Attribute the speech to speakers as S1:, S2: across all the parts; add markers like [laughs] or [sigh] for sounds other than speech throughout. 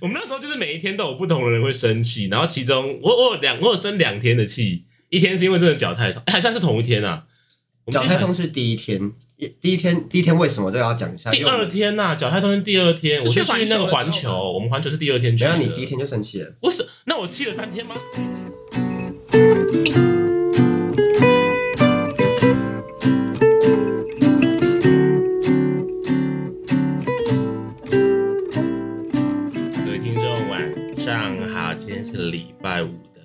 S1: 我们那时候就是每一天都有不同的人会生气，然后其中我我有两我有生两天的气，一天是因为真的脚太痛，哎还算是同一天啊。我们
S2: 脚太痛
S1: 现
S2: 是第一天，第一天第一天为什么这个要讲一下？
S1: 在第
S2: 因为我
S1: 二
S2: 们
S1: 天呐、脚太痛是第二天，
S3: 是
S1: 我
S3: 去
S1: 是去那个环
S3: 环球的时
S1: 球，
S3: 候吗
S1: 我们环球是第二天去
S2: 没
S1: 的。
S2: 有你第一天就生气了。
S1: 我是那我气了三天吗？各位听众晚上好，今天是礼拜五的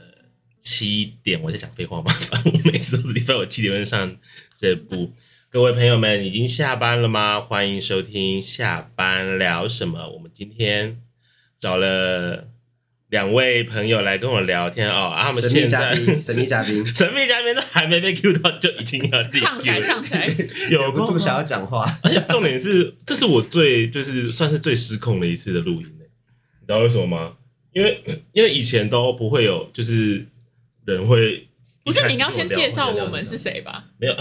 S1: 七点，我在讲废话吗？我 [laughs] 每次都是礼拜五七点会上这部。各位朋友们，已经下班了吗？欢迎收听下班聊什么。我们今天找了两位朋友来跟我聊天哦，啊，他们
S2: 神秘
S1: 现
S2: 嘉
S1: 在
S2: 宾，神秘嘉宾，
S1: 神秘嘉宾都还没被 Q 到，就已经要自己
S3: 唱起来，
S1: cue 了
S3: 唱起来，
S1: 有
S2: 忍不
S1: 够
S2: 住想要讲话。
S1: 而且重点是，这是我最就是算是最失控的一次的录音呢、你知道为什么吗？因为因为以前都不会有，就是人会
S3: 不是你
S1: 一开
S3: 要
S1: 始
S3: 先
S1: 跟我聊
S3: 介绍我们
S1: 聊
S3: 是谁吧？
S1: 没有，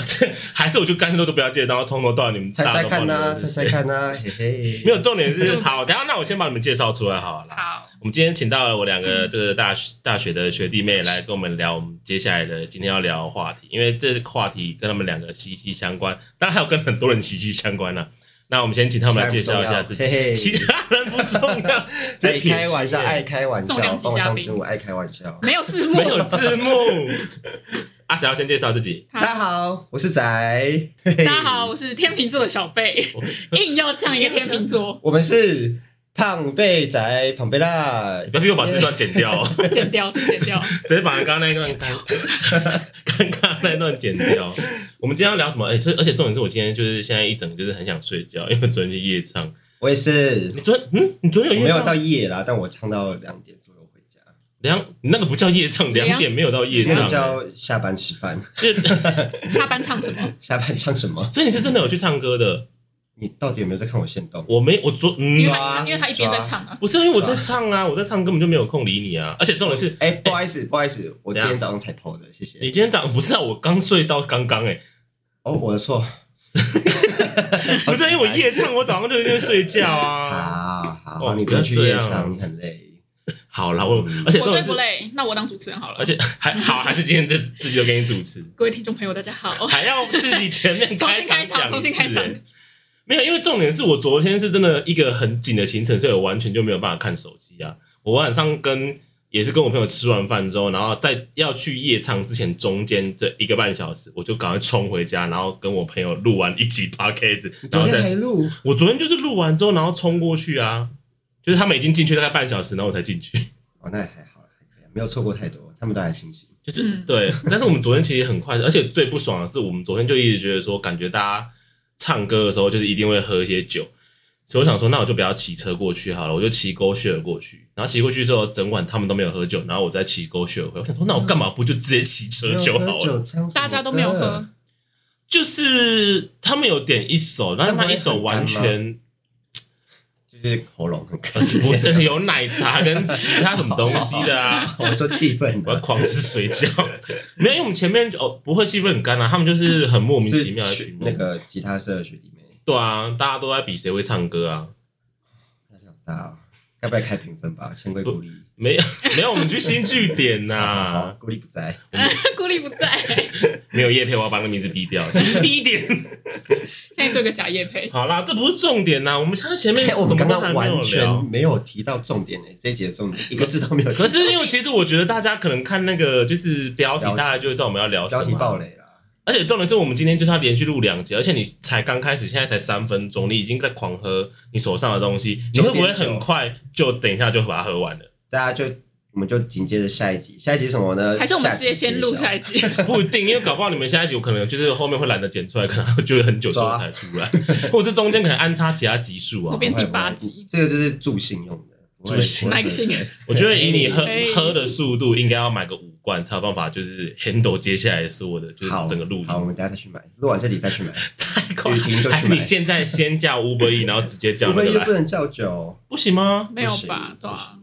S1: 还是我就干脆都不要介绍，从头到尾你们
S2: 猜
S1: 大家
S2: 猜
S1: 都不知道你
S2: 看呐，
S1: 们
S2: 猜
S1: 是
S2: 猜
S1: 谁。
S2: 看呐，嘿嘿。
S1: 没有，重点是
S3: 重点
S1: 好，等一下那我先把你们介绍出来好了。
S3: 好，
S1: 我们今天请到了我两
S2: 嗯
S1: 个这个大学大学的学弟妹来跟我们聊我们接下来的今天要聊的话题，因为这个话题跟他们两个息息相关，当然还有跟很多人息息相关呢、啊那我们先请他们来介绍一下自己，
S2: 嘿嘿
S1: 其他人不重
S2: [laughs]
S1: 要，
S2: 爱
S1: 这
S2: 开玩笑，爱开玩笑，
S3: 重量级
S2: 帮我
S3: 嘉
S2: 上
S3: 宾
S2: 字幕，爱开玩笑。
S3: 没有字幕
S1: 没，有字幕。阿谁要先介绍自己？
S2: 大家好，我是仔。
S3: 大
S2: 大
S3: 家好，，我是天秤座的小贝，硬要唱一个天秤
S2: [laughs]
S3: 座，
S2: 我们是胖贝仔胖贝啦
S1: 你。不要逼我把这段剪
S2: [laughs]
S1: 掉、哦，
S3: 剪掉，这剪掉，
S1: 直接把刚刚那一段尴 [laughs] 尴尬那一段剪掉。我们今天要聊什么？哎、这而且重点是我今天就是现在一整个就是很想睡觉，因为昨天去夜唱。
S2: 我也是，
S1: 你昨天嗯，你昨天
S2: 我
S1: 有
S2: 没
S1: 夜
S2: 有
S1: 唱？
S2: 到夜啦，但我唱到两点左右回家，
S1: 两，你那个不叫夜唱，
S3: 两
S1: 两点没有到夜
S2: 因为
S1: 唱，
S2: 叫下班吃饭，
S1: 就是
S3: 下班唱什么？
S2: 下班唱什么？
S1: 所以你是真的有去唱歌的？
S2: 你到底有没有在看我现动？
S1: 我没，我昨
S3: 因为
S1: 嗯，
S3: 他因为他一边在唱啊，
S1: 不是因为我在唱啊，我在唱根本就没有空理你啊，而且重点是
S2: 哎、不好意思，不好意思，我
S1: 怎样
S2: 今天早上才 PO 的，谢
S1: 你
S2: 谢。
S1: 今天早上不是啊，我刚睡到刚刚哎，
S2: 哦，我的错。
S1: [laughs] 不是因为我夜唱，我早上就一定会睡觉啊。
S2: 啊， [laughs] 好，
S1: 哦
S2: 好你不要去夜
S1: 不要这样
S2: 场，你很累。
S1: 好啦，我而且
S3: 我
S1: 重
S3: 最
S1: 点
S3: 不
S1: 是，
S3: 累，那我当主持人好了
S1: 而。且还好还是今天这自己就给你主持，
S3: 各位听众朋友，大家好，
S1: [laughs] 还要自己前面
S3: [laughs] 重新开
S1: 场讲
S3: 场，
S1: 一
S3: 重新开
S1: 次
S3: 场
S1: 哎。没有，因为重点是我昨天是真的一个很紧的行程，所以我完全就没有办法看手机啊。我晚上跟也是跟我朋友吃完饭之后，然后在要去夜唱之前，中间这一个半小时，我就赶快冲回家，然后跟我朋友录完一集 podcast，
S2: 你
S1: 然
S2: 昨
S1: 后
S2: 天还
S1: 再
S2: 录，
S1: 我昨天就是录完之后，然后冲过去啊，就是他们已经进去大概半小时，然后我才进去。
S2: 哦，那也还好，还可以，没有错过太多，他们都还清醒。
S1: 就是、
S3: 嗯
S1: 对，但是我们昨天其实很快，而且最不爽的是，我们昨天就一直觉得说，感觉大家唱歌的时候就是一定会喝一些酒，所以我想说，那我就不要骑车过去好了，我就骑狗血过去。然后骑过去之后，整晚他们都没有喝酒，然后我再骑狗血回。我想说，那我干嘛不就直接骑车就
S2: 没有
S1: 好
S2: 喝
S1: 了？
S2: 酒唱什么歌
S3: 大家都没有喝，，
S1: 就是他们有点一首，然后那一首完全
S2: 就是喉咙很干
S1: 不。啊是不是 [laughs] 有奶茶跟其他什么东西的啊？
S2: [laughs] 我说气氛
S1: 我要
S2: 的，
S1: 狂吃水饺， [laughs] 没有，因为我们前面就哦不会气氛很干啊，他们就是很莫名其妙的
S2: 是
S1: 群
S2: 那
S1: 那个
S2: 个吉他社的学弟妹，
S1: 对啊，大家都在比谁会唱歌啊，
S2: 压力好大哦。该不要开评分吧？先归鼓励，
S1: 没 [laughs] 有没有，我们去新据点呐、
S2: [laughs] 好，鼓励不在。
S3: [laughs] 孤立不在，
S1: 没有叶佩，我要把那个名字逼掉，新逼
S2: [laughs]
S1: 点。
S3: 现在做个假夜配，
S1: 好啦，这不是重点呐、我们现在前面
S2: 哎，
S1: 什
S2: [laughs] 我
S1: 么
S2: 们刚
S1: 都
S2: 刚
S1: 还没有
S2: 完全
S1: 聊。
S2: 没有提到重点诶，这一节的重点一个字都没有提到。
S1: 可是因为其实我觉得大家可能看那个就是标题
S2: 哦标，题
S1: 大家就会知道我们要聊什
S2: 标题
S1: 么
S2: 爆
S1: 啊。
S2: 雷啦，
S1: 而且重点是我们今天就是要连续录两集，而且你才刚开始，现在才三分钟，你已经在狂喝你手上的东西，你会不会
S2: 9.9
S1: 很快就等一下就把它喝完了？
S2: 大家就我们就紧接着下一集，下一集是什么呢？
S3: 还是我们直
S2: 下集
S3: 接先录
S2: 揭晓
S3: 下一集？
S1: [laughs] 不一定，因为搞不好你们下一集我可能就是后面会懒得剪出来，可
S2: [laughs]
S1: 能就很久之后才出来， [laughs] 或者是中间可能安插其他集数啊
S3: 我。变第八集，
S2: 这个就是助兴用的，不会
S1: 助兴
S3: 哪一个兴？
S1: 我觉得以你喝
S3: 哎
S1: 喝的速度，应该要买个五罐才有办法，就是 handle 接下来所有的就是
S2: 好，
S1: 整个录
S2: 好，我
S1: 音。
S2: 们等下再去买，录完这里再去买。
S1: 太快
S2: 雨婷就去，买
S1: 还是你现在先叫 Uber E，然后直接叫
S2: 我
S1: 那
S2: 们
S1: 个
S2: 也不
S1: 来，
S2: 能叫酒，
S1: 不行吗？
S3: [laughs] 没有
S2: 不行
S3: 吧？
S2: 不
S3: 对啊，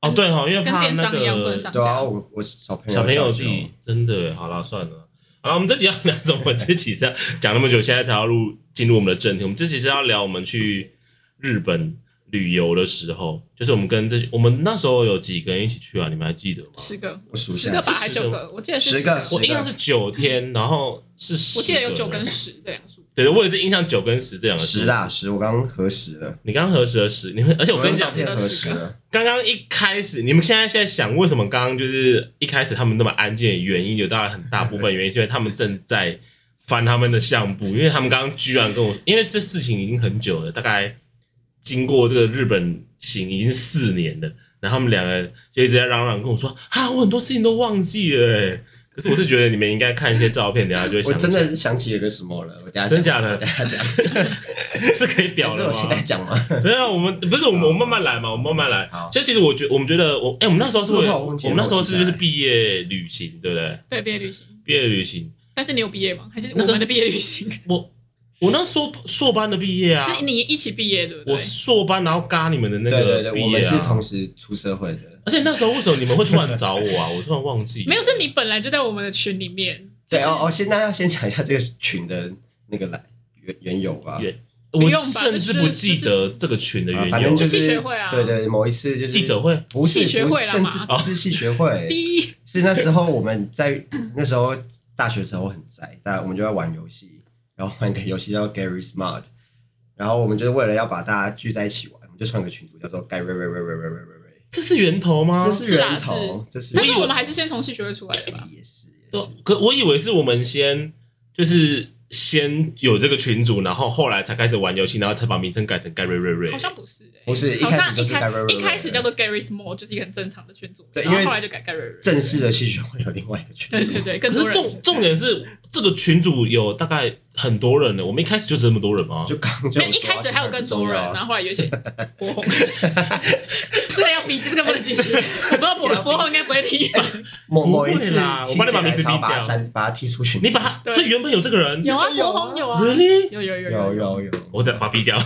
S1: 哦，对哈，因为
S3: 跟
S1: 怕
S3: 电
S1: 那
S3: 商一样不能
S1: 个
S3: 上
S2: 对啊，
S3: 架。
S2: 我我小朋友
S1: 小朋友
S2: 叫
S1: 自
S2: 酒
S1: 己真的耶好了，算了。好了，我们这集要聊什么？这集是要讲那么久，现在才要入进入我们的正题。我们这集是要聊我们去日本旅游的时候，就是我们跟这些我们那时候有几个人一起去啊？你们还记得吗？
S3: 十个，
S2: 我数一
S3: 十
S2: 下
S3: 个吧，
S1: 是
S3: 还
S1: 十个
S3: 九个？我记得是
S2: 十个
S1: 我印象是九天，然后是
S3: 我记得有
S1: 10
S3: 九跟
S1: 人
S3: 十这两个数字。
S1: 对对，我也是印象九跟十这啊两个数
S2: 十
S1: 字
S2: 啦，十，我刚刚核实了。
S1: 你刚刚核实了十，你们而且我跟你讲
S2: 刚，刚
S3: 讲
S2: 核实了，
S1: 刚刚一开始，你们现在现在想，为什么刚刚就是一开始他们那么安静的原因，有大概很大部分原因，是因为他们正在翻他们的相簿，因为他们刚刚居然跟我说，因为这事情已经很久了，大概经过这个日本行已经四年了，然后他们两个人就一直在嚷嚷跟我说啊，我很多事情都忘记了、欸，可是我是觉得你们应该看一些照片，等一下就会
S2: 我
S1: 想起
S2: 真 [laughs]
S1: 来，
S2: 的想起有个什么了，我等一下
S1: 真假
S2: 讲 [laughs]
S1: 的
S2: 我等一
S1: [laughs]
S2: 下讲，啊
S1: 是可以表
S2: 还是 [laughs]
S1: 了
S2: 我现在
S1: 吗？
S2: 讲吗？
S1: 没有，啊我们不是我们，我们慢慢来嘛，我们慢慢来
S2: 好。
S1: 就其实我觉，我们觉得我，哎、我们那时候是为
S2: 这个
S1: 了，
S2: 我
S1: 我
S2: 忘
S1: 们
S2: 记了
S1: 那时候是就
S2: 我记
S1: 是
S2: 下来
S1: 毕业旅行，对不对？
S3: 对，毕业旅行。
S1: 毕业旅行，
S3: 但是你有毕业吗？还是
S1: 那
S3: 我
S1: 个
S3: 们的毕业旅行？
S1: 我我那硕硕班的毕业啊，
S3: 是你一起毕业，对不
S1: 我
S3: 对？
S1: 硕班然后嘎你们的那
S2: 对
S1: 个
S2: 对对，我
S1: 毕
S2: 们
S1: 业
S2: 是
S1: 啊
S2: 同。时出社会的。
S1: 而且那时候为什么你们会突然找我啊？我 [laughs] 突然忘记，
S3: 没有，是你本来就在我们的群里面。
S2: 对
S3: 就是
S2: 哦哦，现在要先讲一下这个群的那个来缘缘由吧。
S1: 缘
S3: 不
S1: 我
S3: 用吧
S1: 甚至不记
S3: 就
S1: 得这个群的
S2: 啊
S1: 缘
S2: 反
S1: 由
S2: 正。就
S3: 戏
S2: 是
S3: 学会啊
S2: 对对，某一次就是
S1: 记者会，
S2: 不是
S3: 戏学会啦
S2: 不是甚
S3: 嘛
S2: 至不是戏学会，
S3: 第一，
S2: 是那时候我们在那时候大学时候很宅，但我们就在玩游戏，然后玩个游戏叫 Gary's Mod，然后我们就是为了要把大家聚在一起玩，我们就创个群组叫做 Gary Ray Ray Ray Ray Ray Ray Ray，
S1: 这是源头吗？
S2: 这
S3: 是
S2: 是
S3: 啦
S2: 源头，这是
S3: 但是
S2: 源头
S3: 我们还是先从戏学会出来的吧？
S2: 也是也
S1: 对
S2: 是，
S1: 哦可我以为是我们先就是先有这个群组，然后后来才开始玩游戏，然后才把名称改成盖瑞瑞瑞。
S3: 好像不是、欸，
S2: 不是一
S3: 好
S2: 开
S3: 像
S2: 始就
S3: 一
S2: 是
S3: 开
S2: Gary Ray Ray
S3: 一开始叫做 Gary Small，就是一个很正常的群组，
S2: 对
S3: 然后
S2: 因为
S3: 后来就改 Gary Ray。
S2: 正式的戏学会有另外一个群
S3: 对
S2: 组
S3: 对，对，更
S1: 可
S3: 多
S1: 是
S3: 人
S1: 重重点是这个群组有大概很多人呢，我们一开始就这么多人吗？
S2: 就刚就
S3: 没有一开始还有更多人，
S2: 啊
S3: 然后后
S2: [laughs]
S3: 来有一些博红，这个要逼，这个不能
S2: [laughs]
S3: 进去。我不知道博博红应该不会听吧？
S2: 某某一
S1: 不会
S2: 次
S1: 啦我帮你把名字
S2: 亲戚来
S1: 逼
S2: 朝把
S1: 掉
S2: 删把他踢出群组，
S1: 你把他，
S3: 对
S1: 所以原本有这个人
S3: 有啊，
S2: 有
S3: 博
S2: 啊
S3: 红有啊，
S1: ，really？
S3: 有有
S2: 有
S3: 有有，
S2: 有有，
S1: 我得把他逼掉。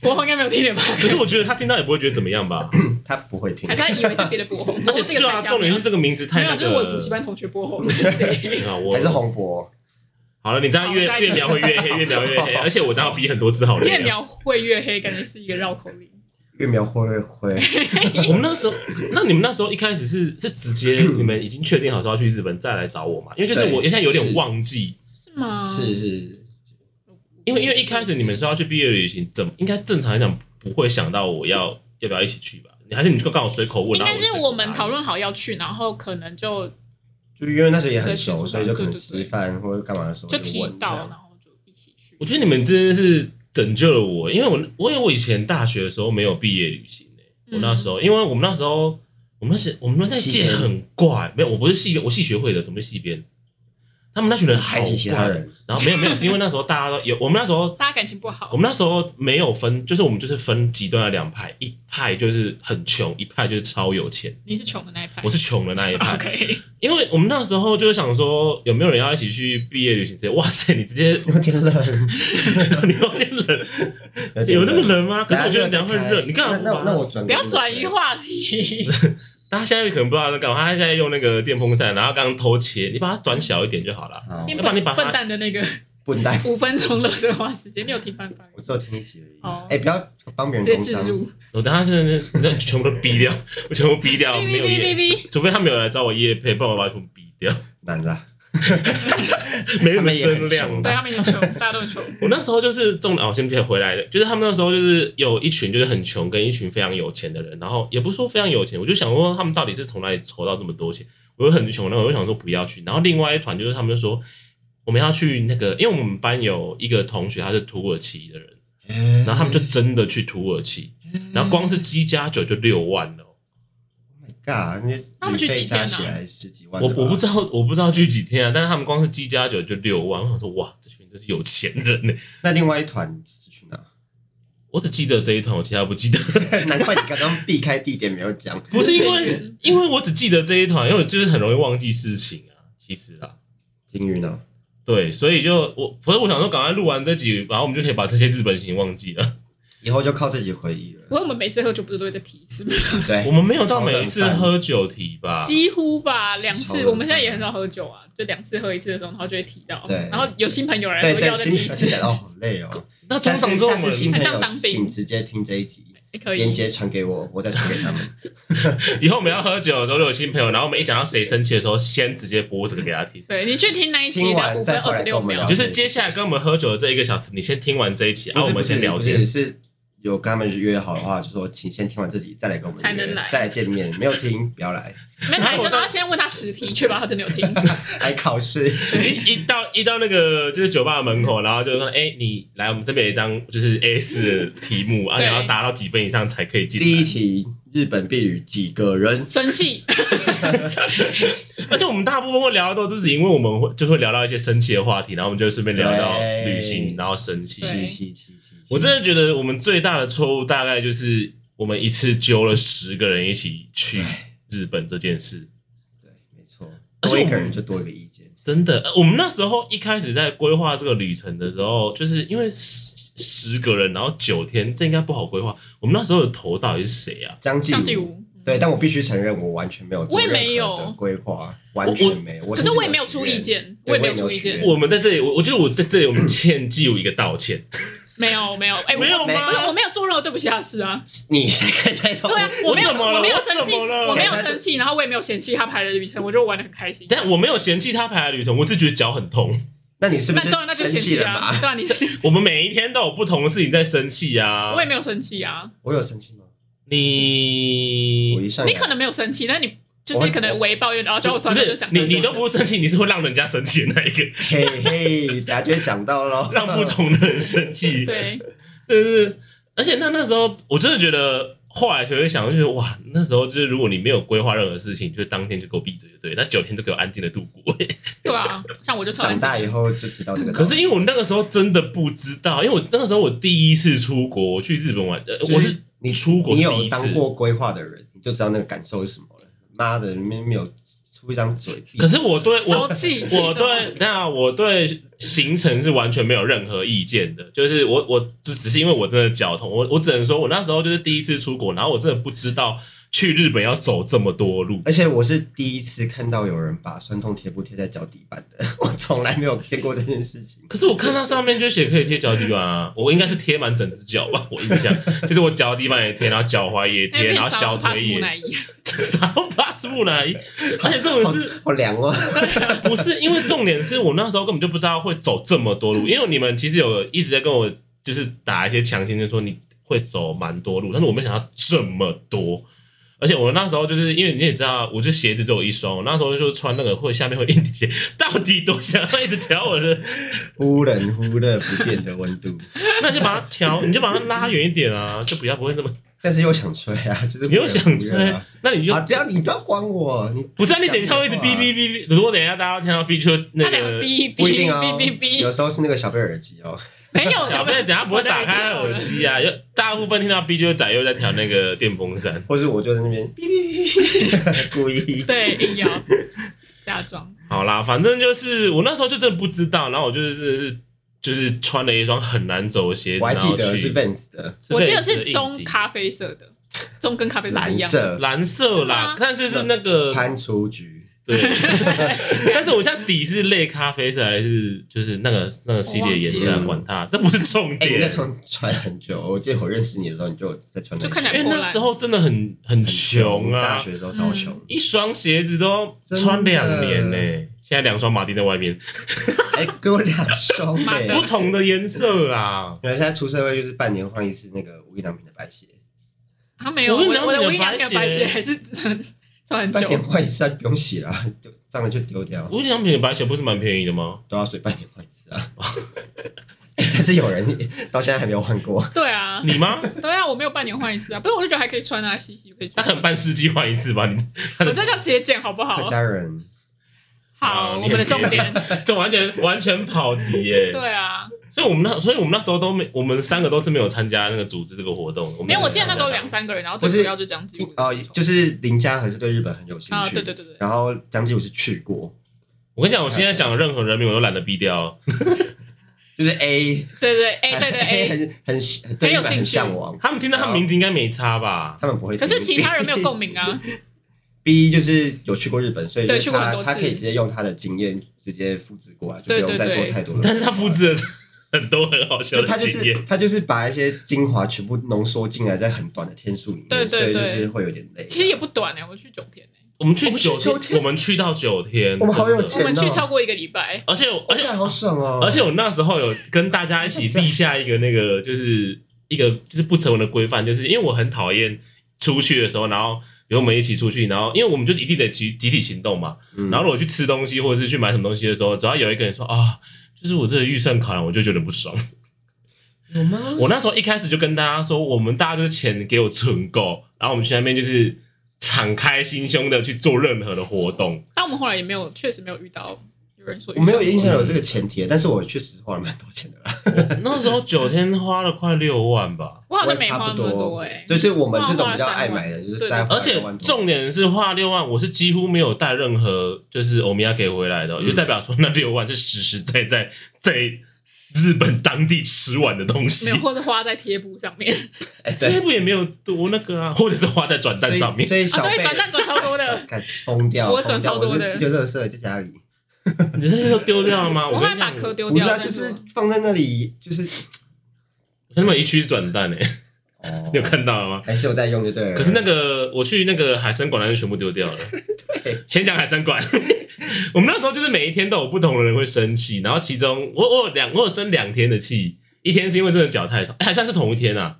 S3: 博红应该没有听点吧？
S1: 可是我觉得他听到也不会觉得怎么样
S3: [laughs]
S1: 吧？
S2: 他不会听
S3: 还。是他以为是别的博
S1: [laughs]
S3: 红，
S1: 而
S3: 然后
S1: 且
S3: 这个
S1: 对啊，
S3: 参加
S1: 重点是这个名字太
S3: 没
S1: 那
S3: 有，啊
S1: 个。
S3: 就是我补习班同学博红是
S1: [laughs]
S3: 谁？
S1: 啊，我
S2: 还是红博，
S1: 好了，你这样越
S3: 好下一个
S1: 越描会越黑，越描
S3: [laughs]
S1: 越黑，而且我这样逼很多次好累
S3: 越
S1: 啊。
S3: 描会越黑，感觉是一个绕口令。
S2: 越描会会，
S1: [laughs] 我们那时候，那你们那时候一开始是是直接你们已经确定好说要去日本再来找我嘛？因为就是
S2: 对
S1: 我现在有点
S2: 是
S1: 忘记，
S3: 是吗？
S1: 嗯
S2: 是是，
S1: 因为因为一开始你们说要去毕业旅行，怎么应该正常来讲不会想到我要要不要一起去吧？你还是你就刚好随口问，
S3: 应
S1: 然后
S3: 该
S1: 就是
S3: 我们讨论好要去，然后可能就
S2: 就因为那时候也很
S3: 所以
S2: 熟，
S3: 其实
S2: 所以就可能
S3: 对对对
S2: 吃饭或者干嘛的时候
S3: 就
S2: 就
S3: 提
S2: 问这
S3: 到，
S2: 样。
S3: 然后就一起去。
S1: 我觉得你们真的是拯救了我，因为我我因为我以前大学的时候没有毕业旅行、欸、我
S3: 嗯
S1: 那时候因为我们那时候我们那些我们那
S2: 系
S1: 届
S2: 编
S1: 很怪，没有我不是系编，我系学会的，怎么是系编？他们那群人好
S2: 还是其他
S1: 怪
S2: 人，
S1: 然后没有没有，是因为那时候大家都有，我们那时候
S3: 嗯大家感情不好
S1: 我，们那时候没有分，就是我们就是分极端的两派，一派就是很穷，一派就是超有钱。
S3: 你是穷的那一派，
S1: 我是穷的那一派，
S3: OK。
S1: 因为我们那时候就是想说，有没有人要一起去毕业旅行之类？哇塞，你直
S2: [laughs]
S1: 接
S2: 有点冷，
S1: 你有点冷，
S2: 点
S1: 有那么
S2: 冷。
S1: 冷吗？可是我觉得这样会热，你干嘛
S2: 看，那
S1: 不把它
S2: 那我转
S3: 不要转移话题，
S1: 大家现在可能不知道在干嘛，他现在用那个电风扇，然后刚刚偷切，你把它转小一点就好了。
S2: 好
S3: 变
S1: 要不然你把它
S3: 笨蛋的那个
S2: 笨蛋，
S3: 五分钟乐色话时间，你有听班班
S2: 我只有听一集
S3: 好
S1: 哦
S2: 而已。哎，不要帮别
S3: 直接
S2: 人工
S3: 自
S2: 伤。
S3: 入，
S1: 我等下就是那全部都逼掉， [laughs] 我全部逼掉，
S3: 哔
S1: 哦没
S3: 哔
S1: 有
S3: 哔哔
S1: 业，
S3: 哔，
S1: 除非他没有来找我夜配，不然我把他全部逼掉，
S2: 男的啊，
S1: 没什么声量。
S3: 对他们也穷，大家都很穷，
S1: 我那时候就是重点，我先撇回来的，就是他们那时候就是有一群就是很穷，跟一群非常有钱的人，然后也不是说非常有钱，我就想说他们到底是从哪里筹到这么多钱？我就很穷，那我就想说不要去。然后另外一团就是他们就说我们要去那个，因为我们班有一个同学他是土耳其的人，然后他们就真的去土耳其，
S3: 嗯
S1: 然后光是鸡加酒就六万了。哦
S2: Oh God，那
S3: 他们去几天啊
S2: 旅费加起来十几万
S1: 我
S2: 的吧，
S1: 我不知道我不知道去几天啊，但是他们光是鸡加酒就六万，我想说哇，这群人真是有钱人呢、
S2: 那另外一团是去哪？
S1: 我只记得这一团，我其他不记得。
S2: [laughs] 难怪你刚刚避开地点没有讲。
S1: 不是因为，因为我只记得这一团，因为我就是很容易忘记事情啊，其实啦，
S2: 金鱼呢？
S1: 对，所以就我，所以我想说，赶快录完这集，然后我们就可以把这些日本行忘记了。
S2: 以后就靠自己回忆
S1: [laughs]
S3: 不
S2: 了。
S3: 过我们每次喝酒不是都会再提一次吗？
S1: 我
S2: 对，
S1: 们没有到每一次喝酒题吧？
S3: 几乎吧，两
S2: 哎超
S3: 次，
S2: 冷
S3: 我们现在也很少喝酒啊，就两次喝一次的时候，然后就会提到，
S2: 对
S3: 然后有新朋友来，
S2: 对
S3: 我就
S2: 对
S3: 要，再
S2: 新
S3: 提一
S2: 朋
S3: 次，
S2: 友哦，好累
S1: [laughs]
S2: 哦。
S1: 那
S2: 下
S1: 通常这
S2: 次下
S1: 种
S2: 次新
S1: 人，
S2: 朋
S3: 很像
S2: 友，
S3: 当兵
S2: 请直接听这一集，
S3: 也可以。
S2: 链接传给我，我再传给他们。
S1: [laughs] 以后我们要喝酒的时候，如果有新朋友，然后我们一讲到谁生气的时候，先直接播这个给他听。
S3: 对你去听那一集
S2: 听
S3: 的
S2: 完
S3: 五分
S2: 再回
S3: 二
S2: 来跟
S3: 十六
S2: 我们
S3: 秒
S2: 聊，
S1: 就是接下来跟我们喝酒的这一个小时，你先听完这一集，然后我们先聊
S2: 不
S1: 天
S2: 是。是有跟他们约好的话，就说请先听完这集再来跟我们
S3: 才
S2: 约
S3: 能来
S2: 再来见面。没有听不
S1: [laughs]
S2: 要来，
S3: 没有，
S1: 然后
S2: [laughs]
S3: 你
S1: 我
S3: 真的要先问他实体，确保他真的有听。
S2: 还
S1: [laughs]
S2: 考试。
S1: 一一到一到那个就是酒吧的门口，然后就说：“哎，你来，我们这边有一张就是 A 四题目，啊，
S3: 对
S1: 你要达到几分以上才可以进
S2: 第一
S1: 来。
S2: 题，日本避雨几个人？
S3: 生气，
S1: 而且我们大部分会聊到，都是因为我们会就会聊到一些生气的话题，然后我们就会顺便聊到
S2: 对
S1: 旅行，然后生气。
S3: 对
S2: 七七七七。
S1: 我真的觉得我们最大的错误大概就是我们一次揪了十个人一起去日本这件事。
S2: 对，没错，
S1: 而且
S2: 多一
S1: 我
S2: 个
S1: 们
S2: 人就多一个意见。
S1: 真的，呃我们那时候一开始在规划这个旅程的时候，就是因为十十个人，然后九天，这应该不好规划。我们那时候的头到底是谁啊？
S2: 张
S3: 像
S2: 继
S3: 季
S2: 武，
S3: 武，
S2: 对，但我必须承认，我完全没有做
S3: 嗯我也
S2: 任何
S3: 没有
S2: 的规划，完全没有。我
S3: 可是我也没有出意见，
S2: 对
S3: 也
S2: 我也没
S3: 没
S2: 有
S3: 出意见
S2: 许，愿
S1: 我们在这里，我我觉得我在这里，我们欠季有一个道歉，
S3: 没有没有，哎，我
S1: 没有
S2: 没
S3: 不是我
S1: 吗？
S3: 没有做任何对不起他的事啊，
S2: 你才可以在这
S3: 对啊，我没有
S1: 我怎么了
S3: 没有
S1: 我
S3: 生气，
S1: 怎么了
S3: 我没有生气，然后我也没有嫌弃他排的旅程，我就玩的很开心。
S1: 但我没有嫌弃他排的旅程，我只觉得脚很痛。
S2: 那你是不
S3: 那
S2: 是
S3: 当然那就
S2: 生
S3: 嫌
S2: 气
S3: 弃
S2: 了
S3: 啊，
S2: 嘛？
S3: 对啊，你
S1: [laughs]
S3: 是
S1: 我们每一天都有不同的事情在生气啊
S3: 我。也没有生气啊，
S2: 我有生气吗？我
S1: 你
S2: 一上来
S3: 你可能没有生气，但你就
S2: 我
S3: 是
S2: 很
S3: 可能微抱怨，然后就哦
S1: 不
S3: 算了就是讲
S1: 你，
S3: 这个
S1: 你都不是生气，你是会让人家生气的那一个，
S2: 嘿嘿，等下就会讲到喽。
S1: 让
S2: [laughs]
S1: 不同的人生气。
S3: 对，
S1: 真是，而且那那时候我真的觉得，后来就会想，就觉得哇，那时候就是如果你没有规划任何事情，就当天就给我闭嘴就对，那九天都给我安静的度
S2: [laughs]
S1: 过。
S3: 对啊，像我就超
S2: 长
S3: 安静
S2: 大以后就知道这个道
S1: 可
S2: 理。
S1: 是因为我那个时候真的不知道，因为我那个时候我第一次出国，我去日本玩，呃
S2: 就是
S1: 我是
S2: 你
S1: 出国
S2: 你
S1: 是第
S2: 有
S1: 一
S2: 当
S1: 次。
S2: 过规划的人，你就知道那个感受是什么了。妈的，没没有出一张嘴。
S1: 可是我对我
S3: 超气，气
S1: 我
S3: 死了
S1: 对那我对行程是完全没有任何意见的，就是我我就只是因为我真的脚痛，我我只能说我那时候就是第一次出国，然后我真的不知道去日本要走这么多路，
S2: 而且我是第一次看到有人把酸痛贴布贴在脚底板的， [laughs] 我从来没有见过这件事情。
S1: 可是我看它上面就写可以贴脚底板啊，我应该是贴满整只脚吧，我印象就是我脚底板也贴，然后脚踝也
S3: 哎
S1: 贴，
S3: 变
S1: 然后
S3: 少
S1: 小
S3: 帕斯
S1: 腿
S3: 木
S1: 也，
S3: 乃伊，
S1: 啥 [laughs] 巴斯木乃伊，而且重点是
S2: 好凉哦！
S1: 不是因为重点是我那时候根本就不知道会走这么多路，因为你们其实有一直在跟我就是打一些强心针说你会走蛮多路，但是我没想到这么多。而且我那时候就是因为你也知道，我就鞋子只有一双，我那时候就穿那个会下面会硬底鞋，到底多想要一直调我的
S2: 忽冷忽热不变的温度，
S1: 那你就把它调，你就把它拉远一点
S2: [laughs]
S1: 啊，就不要不会那么。
S2: 但是又想吹啊，就是
S1: 你又想
S2: 忽冷忽
S1: 吹
S2: 热啊，
S1: 那你就
S2: 啊！不要你不要管我，你
S1: 不是、啊、你等一下会一直哔哔哔哔。如果等一下大家听到哔就那
S3: 他两
S1: 个
S3: 个，哔
S2: 不一定
S3: 哔
S2: 哦
S3: 哔哔，
S2: 有
S3: 哔，
S2: 时候是那个小贝耳机哦。
S3: 没有
S1: 小妹等一下不会打开耳，机啊，就大部分听到哔就是仔又在调那个电风扇。
S2: 或是我就在那边哔哔哔哔，故意
S3: 我的耳机对，硬要假装。
S1: 好啦，反正就是我那时候就真的不知道，然后我就是真的是就是穿了一双很难走的鞋子，
S2: 我还记
S1: 然后
S2: 得
S1: 去
S2: 是 Vans 的
S1: 是
S3: 我记得
S1: 被
S3: 是
S1: 硬
S3: 棕
S1: 底
S3: 咖啡色的，棕跟咖啡色是
S2: 蓝
S3: 一样的。
S2: 色
S1: 蓝色啦
S3: 是吗，
S1: 但是是那个
S2: 潘雏菊，
S1: 对， [laughs] 但是我现在底是类咖啡色还是就是那个那个系列颜
S2: 我
S1: 色，
S2: 忘记了
S1: 管它，这不是重
S2: 哎，你
S1: 点。
S2: 那时候穿很久，我记得我认识你的时候你就在穿那个，
S3: 就看起来
S1: 因为那时候真的很很
S2: 很
S1: 穷
S2: 大
S1: 啊，
S2: 学的时候超穷。
S1: 一双鞋子都穿两年呢、现在两双马丁在外面，
S2: 哎，给我两双
S3: 妈
S2: 哎
S3: 的！
S1: 不同的颜色啊啦。
S2: 原来现在出社会就是半年换一次那个无印良品的白鞋，
S3: 他啊没有，
S1: 我
S3: 我
S1: 跟你
S3: 的
S1: 讲
S3: 我的
S1: 你的
S3: 无印良品
S1: 白
S3: 的白
S1: 鞋
S3: 鞋还是穿
S2: [laughs]
S3: 很
S2: 半年
S3: 久。
S2: 换一次啊就不用洗了啊，丢上来就丢掉，
S1: 无印良品的白鞋不是蛮便宜的吗？
S2: 都要水半年换一次
S3: [laughs]
S2: 啊。哎但是有人到现在还没有换过，
S3: 对啊，
S1: 你吗？
S3: 对啊，我没有半年换一次啊，不是我就觉得还可以穿啊，洗洗可以
S1: 他
S3: 穿
S1: 可。能半世纪换一次吧。你
S3: 我这叫节俭好不
S2: 客
S3: 好？
S2: 家人
S1: 哦
S3: 好，我
S1: 你
S3: 们
S1: 很哦
S3: 的重点，
S1: 这完全完全跑题耶、
S3: 对啊，
S1: 所以我们那所以我们那时候都没，我们三个都是没有参加那个组织这个活动。我们
S3: 没有，我记得那时候
S1: 没有
S3: 两
S1: 参加
S3: 三个人，然后最
S2: 啊不是
S3: 主要就讲几
S2: 哦，就是林家和是对日本很有兴趣
S3: 啊，对对对对，
S2: 然后江继武是去过，
S1: 我跟你讲，我现在讲任何人名我都懒得逼掉。
S2: 就是 A，
S3: 对对，
S2: [laughs]
S3: 哎，对对哎，
S2: 很很很对日
S3: 有
S2: 本
S3: 兴
S2: 很
S3: 趣
S2: 向往，
S1: 他们听到他名字应该没差吧？
S2: 他们不会听。
S3: 可是其他人没有共鸣啊，
S2: [laughs] B 就是有去过日本，所以就
S3: 对
S2: 是
S3: 去过很
S2: 他
S3: 多
S2: 他
S3: 次
S2: 可以直接用他的经验直接复制过来，就
S3: 对
S2: 不用再
S3: 对
S2: 做
S3: 对
S2: 太多的。
S1: 但是他复，制了很多很好笑
S2: 就
S1: 的
S2: 他就
S1: 经
S2: 是
S1: 验，
S2: 他就是把一些精华全部浓缩进来，在很短的天数里面，
S3: 对对
S2: 所以就
S3: 对
S2: 是会有点累。啊哦
S3: 其实也不短呢、欸我去九天呢、
S1: 我们去九
S2: 我们去九天
S1: 我们去到九天，
S2: 我们好有
S1: 真的
S2: 钱
S3: 我们去
S2: 呐
S3: 超过一个礼拜，
S1: 而且而
S2: 哦
S1: 且
S2: 干好爽哦，
S1: 而且我那时候有跟大家一起立下一个那个，就是一个就是不成文的规范，就是因为我很讨厌出去的时候，然后比如我们一起出去，然后因为我们就一定得集集体行动嘛。
S2: 嗯
S1: 然后如果去吃东西或者是去买什么东西的时候，只要有一个人说啊，就是我这个预算考量，我就觉得不爽。
S2: 有吗？
S1: 我那时候一开始就跟大家说，我们大家就是钱给我存够，然后我们去那边就是敞开心胸的去做任何的活动。
S3: 但我们后来也没有，确实没有遇到有人说遇
S2: 我没
S3: 到
S2: 有印象有这个前提，但是我确实花了蛮多钱的啦。
S1: 那时候九天花了快六万吧。
S3: 我好像没
S2: 差
S3: 花
S2: 不
S3: 那么
S2: 多
S3: 哎、
S2: 就是我们这种比较爱买的，就是在
S1: 而且重点是花六万，我是几乎没有带任何就是欧米亚给回来的哦，
S2: 嗯
S1: 就代表说那六万是实实在在在日本当地吃完的东
S3: 没
S1: 西
S3: 有，。或是花在贴布上面，
S2: 哎
S1: [laughs] 这
S2: 对，
S1: 部也没有多那个啊，或者是花在转蛋上面，
S2: 所以 [laughs]
S3: 啊，
S2: 小贝
S3: 对，转账转超
S2: [laughs]
S3: 多的。
S2: 敢疯掉，
S3: 我转超多的
S2: 就热色在家里，
S1: 你这都丢掉了吗？
S3: 我后
S1: 跟
S3: 来
S1: 你
S3: 把
S1: 讲，
S3: 壳丢
S2: 不是
S3: 掉，
S2: 啊，
S3: 但
S2: 就是放在那里，就是
S1: 他们有一区是转蛋诶、欸 [laughs]
S2: 哦
S1: 你有看到了吗？
S2: 还是有在用就对了。
S1: 可是那个我去那个海参馆，那就全部丢掉了。
S2: 对，
S1: 先讲海参馆。 [laughs] 我们那时候就是每一天都有不同的人会生气，然后其中我我有两我有生两天的气，一天是因为真的脚太痛，哎还算是同一天啊。